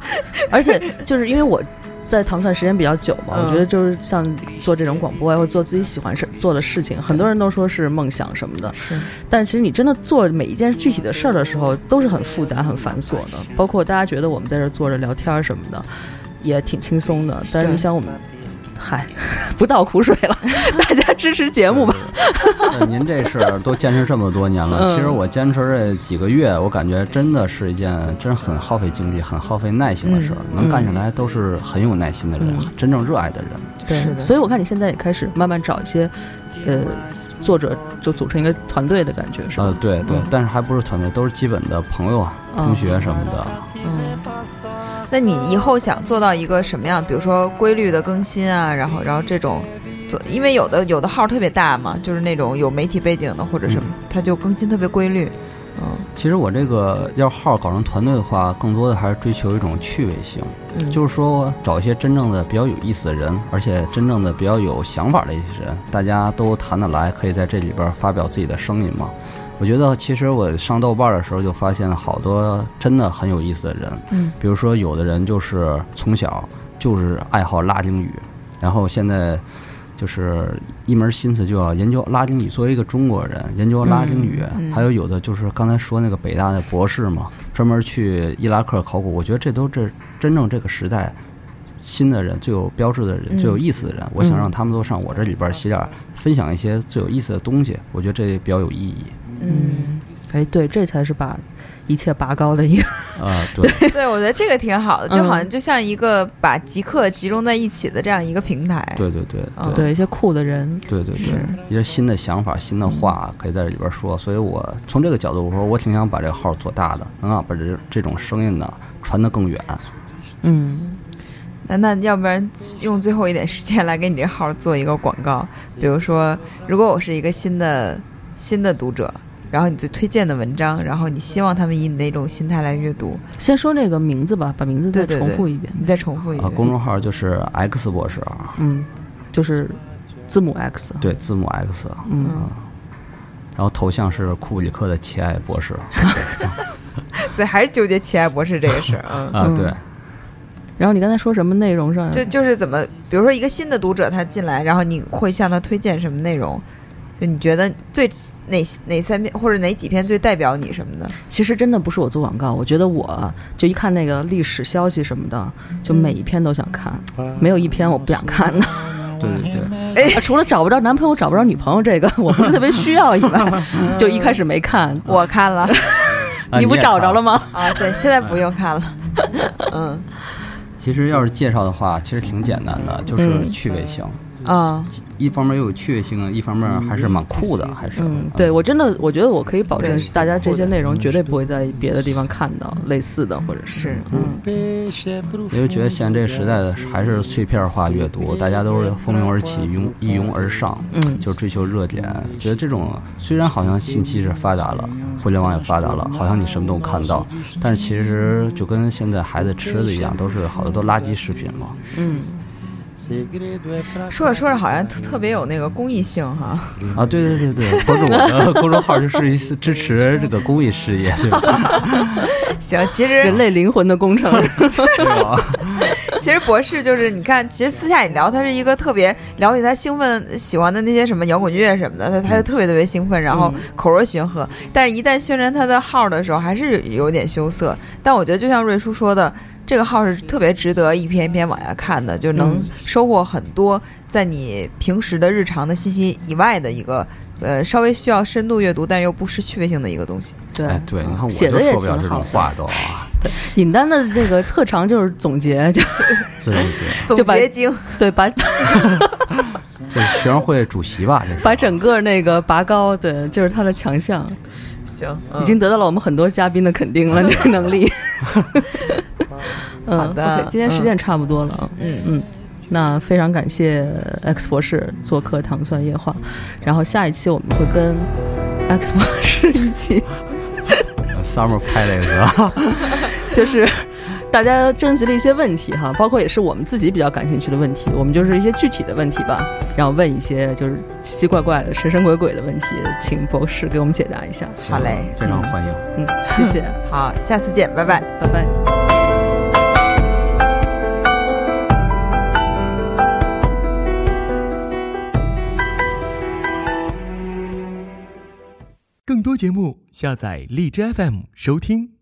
[SPEAKER 2] 而且就是因为我在糖蒜时间比较久嘛，
[SPEAKER 3] 嗯
[SPEAKER 2] 我觉得就是像做这种广播呀，啊或者做自己喜欢事做的事情，很多人都说是梦想什么的，
[SPEAKER 3] 是
[SPEAKER 2] 但其实你真的做每一件具体的事儿的时候，都是很复杂、很繁琐的。包括大家觉得我们在这儿坐着聊天儿什么的，也挺轻松的。但是
[SPEAKER 3] 对
[SPEAKER 2] 你想，我们嗨， 不倒苦水了， 大家支持节目吧。
[SPEAKER 4] 那呃您这事儿都坚持这么多年了，
[SPEAKER 2] 嗯
[SPEAKER 4] 其实我坚持这几个月，我感觉真的是一件真很耗费精力、很耗费耐心的事儿。
[SPEAKER 2] 嗯
[SPEAKER 4] 能干下来都是很有耐心的人，真正热爱的人。
[SPEAKER 2] 对，
[SPEAKER 3] 是的
[SPEAKER 2] 所以我看你现在也开始慢慢找一些，呃，作者就组成一个团队的感觉，是吧？
[SPEAKER 4] 呃，对对
[SPEAKER 2] 嗯，
[SPEAKER 4] 但是还不是团队，都是基本的朋友啊、
[SPEAKER 2] 嗯
[SPEAKER 4] 同学什么的。
[SPEAKER 3] 嗯，那你以后想做到一个什么样？比如说规律的更新啊，然后然后这种做，因为有的有的号特别大嘛，就是那种有媒体背景的或者什
[SPEAKER 4] 嗯
[SPEAKER 3] 么，它就更新特别规律。嗯
[SPEAKER 4] 其实我这个要号搞成团队的话，更多的还是追求一种趣味性，
[SPEAKER 3] 嗯，
[SPEAKER 4] 就是说找一些真正的比较有意思的人，而且真正的比较有想法的一些人，大家都谈得来，可以在这里边发表自己的声音嘛。我觉得其实我上豆瓣的时候就发现了好多真的很有意思的人，
[SPEAKER 3] 嗯，
[SPEAKER 4] 比如说有的人就是从小就是爱好拉丁语，然后现在就是一门心思就要研究拉丁语。作为一个中国人，研究拉丁语，
[SPEAKER 3] 嗯嗯
[SPEAKER 4] 还有有的就是刚才说那个北大的博士嘛，专门去伊拉克考古。我觉得这都这真正这个时代。新的人最有标志的人、
[SPEAKER 3] 嗯
[SPEAKER 4] 最有意思的人，我想让他们都上我这里边儿写点儿分享一些最有意思的东西，我觉得这比较有意义。
[SPEAKER 3] 嗯，
[SPEAKER 2] 哎，对，这才是把一切拔高的一个。
[SPEAKER 4] 啊、 对，
[SPEAKER 3] 对，我觉得这个挺好的，就好像就像一个把极客集中在一起的这样一个平台。
[SPEAKER 4] 对对对
[SPEAKER 3] 嗯
[SPEAKER 2] 对一些酷的人，
[SPEAKER 4] 对对对
[SPEAKER 3] 是，
[SPEAKER 4] 一些新的想法、新的
[SPEAKER 2] 嗯
[SPEAKER 4] 话可以在这里边说，所以我从这个角度我说，我挺想把这个号做大的，能让把这这种声音呢传得更远。
[SPEAKER 2] 嗯，
[SPEAKER 3] 那那要不然用最后一点时间来给你这号做一个广告，比如说，如果我是一个新的新的读者，然后你最推荐的文章，然后你希望他们以你那种心态来阅读，
[SPEAKER 2] 先说那个名字吧，把名字再
[SPEAKER 3] 对对
[SPEAKER 2] 重
[SPEAKER 3] 对
[SPEAKER 2] 复一遍。
[SPEAKER 3] 你再重复一
[SPEAKER 4] 啊
[SPEAKER 3] 遍。，
[SPEAKER 4] 公众号就是 X 博士啊，
[SPEAKER 2] 嗯，就是字母 X。
[SPEAKER 4] 对，字母 X，
[SPEAKER 2] 嗯，
[SPEAKER 4] 啊然后头像是库布里克的奇爱 博士
[SPEAKER 3] 所以还是纠结奇爱博士这个事儿， 嗯。
[SPEAKER 4] 啊，
[SPEAKER 2] 嗯
[SPEAKER 4] 对，
[SPEAKER 2] 然后你刚才说什么内容上？
[SPEAKER 3] 就就是怎么，比如说一个新的读者他进来，然后你会向他推荐什么内容？就你觉得最哪哪三篇或者哪几篇最代表你什么的？
[SPEAKER 2] 其实真的不是我做广告，我觉得我就一看那个历史消息什么的，就每一篇都想看，
[SPEAKER 3] 嗯
[SPEAKER 2] 没有一篇我不想看的。
[SPEAKER 4] 对对对，
[SPEAKER 2] 啊 除了找不着男朋友、找不着女朋友这个我不是特别需要以 外，就一开始没看。
[SPEAKER 3] 我 看了
[SPEAKER 4] 啊
[SPEAKER 2] 不
[SPEAKER 4] 也
[SPEAKER 2] 找
[SPEAKER 4] 看
[SPEAKER 2] 着了吗？
[SPEAKER 3] 啊，对，现在不用看了。 嗯
[SPEAKER 4] 其实要是介绍的话，其实挺简单的，就是
[SPEAKER 2] 嗯
[SPEAKER 4] 趣味性。
[SPEAKER 3] 啊，
[SPEAKER 4] 一方面又有趣味性啊，一方面还是蛮酷的，还是
[SPEAKER 2] 嗯，对我真的，我觉得我可以保证
[SPEAKER 3] 对，
[SPEAKER 2] 大家这些内容绝对不会在别的地方看到类似的，或者是
[SPEAKER 3] 是
[SPEAKER 2] 嗯，
[SPEAKER 4] 因为觉得现在这个时代的还是碎片化阅读，大家都是蜂拥而起，拥一拥而上，
[SPEAKER 2] 嗯
[SPEAKER 4] 就追求热点。觉得这种虽然好像信息是发达了，互联网也发达了，好像你什么都能看到，但是其实就跟现在孩子吃的一样，都是好多都垃圾食品嘛。
[SPEAKER 2] 嗯，
[SPEAKER 3] 说着说着好像特特别有那个公益性哈。
[SPEAKER 4] 啊，对对对对，关注我的公众号就是一支持这个公益事业，对吧？
[SPEAKER 3] 行，其实
[SPEAKER 2] 人类灵魂的工 程，
[SPEAKER 4] 对吧？
[SPEAKER 3] 其实博士就是你看，其实私下里聊，他是一个特别了解他兴奋喜欢的那些什么摇滚乐什么的，他他
[SPEAKER 2] 嗯
[SPEAKER 3] 就特别特别兴奋，然后口若悬河。但是，一旦宣传他的号的时候，还是有点羞涩。但我觉得，就像瑞叔说的，这个号是特别值得一篇一篇往下看的，就能
[SPEAKER 2] 嗯
[SPEAKER 3] 收获很多在你平时的日常的信息以外的一个。呃，稍微需要深度阅读，但又不失趣味性的一个东西。
[SPEAKER 2] 对
[SPEAKER 4] 哎，对，你看我
[SPEAKER 2] 写
[SPEAKER 4] 就
[SPEAKER 2] 的也
[SPEAKER 4] 受不
[SPEAKER 2] 挺
[SPEAKER 4] 了这种
[SPEAKER 2] 好。
[SPEAKER 4] 话都啊，
[SPEAKER 2] 尹丹的那个特长就是总结， 就
[SPEAKER 4] 对对对。
[SPEAKER 3] 总
[SPEAKER 2] 就把
[SPEAKER 3] 结经，
[SPEAKER 2] 对，把
[SPEAKER 4] 这是学生会主席吧？这是
[SPEAKER 2] 把整个那个拔高，对，就是他的强项，
[SPEAKER 3] 行，嗯
[SPEAKER 2] 已经得到了我们很多嘉宾的肯定了，这个能 力。嗯
[SPEAKER 3] 好的
[SPEAKER 2] OK，今天时间也差不多了啊，
[SPEAKER 3] 嗯
[SPEAKER 2] 嗯，那非常感谢 X 博士做客《糖蒜夜话》，然后下一期我们会跟 X 博士一起，
[SPEAKER 4] summer 拍这个是吧？
[SPEAKER 2] 就是大家征集了一些问题哈，包括也是我们自己比较感兴趣的问题，我们就是一些具体的问题吧，然后问一些就是奇奇怪怪的、神神鬼鬼的问题，请博士给我们解答一下。
[SPEAKER 3] 好嘞
[SPEAKER 4] 非常欢迎。
[SPEAKER 2] 嗯，谢谢，
[SPEAKER 3] 好，下次见，拜拜。
[SPEAKER 2] 拜拜。
[SPEAKER 5] 更多节目，下载荔枝 FM 收听。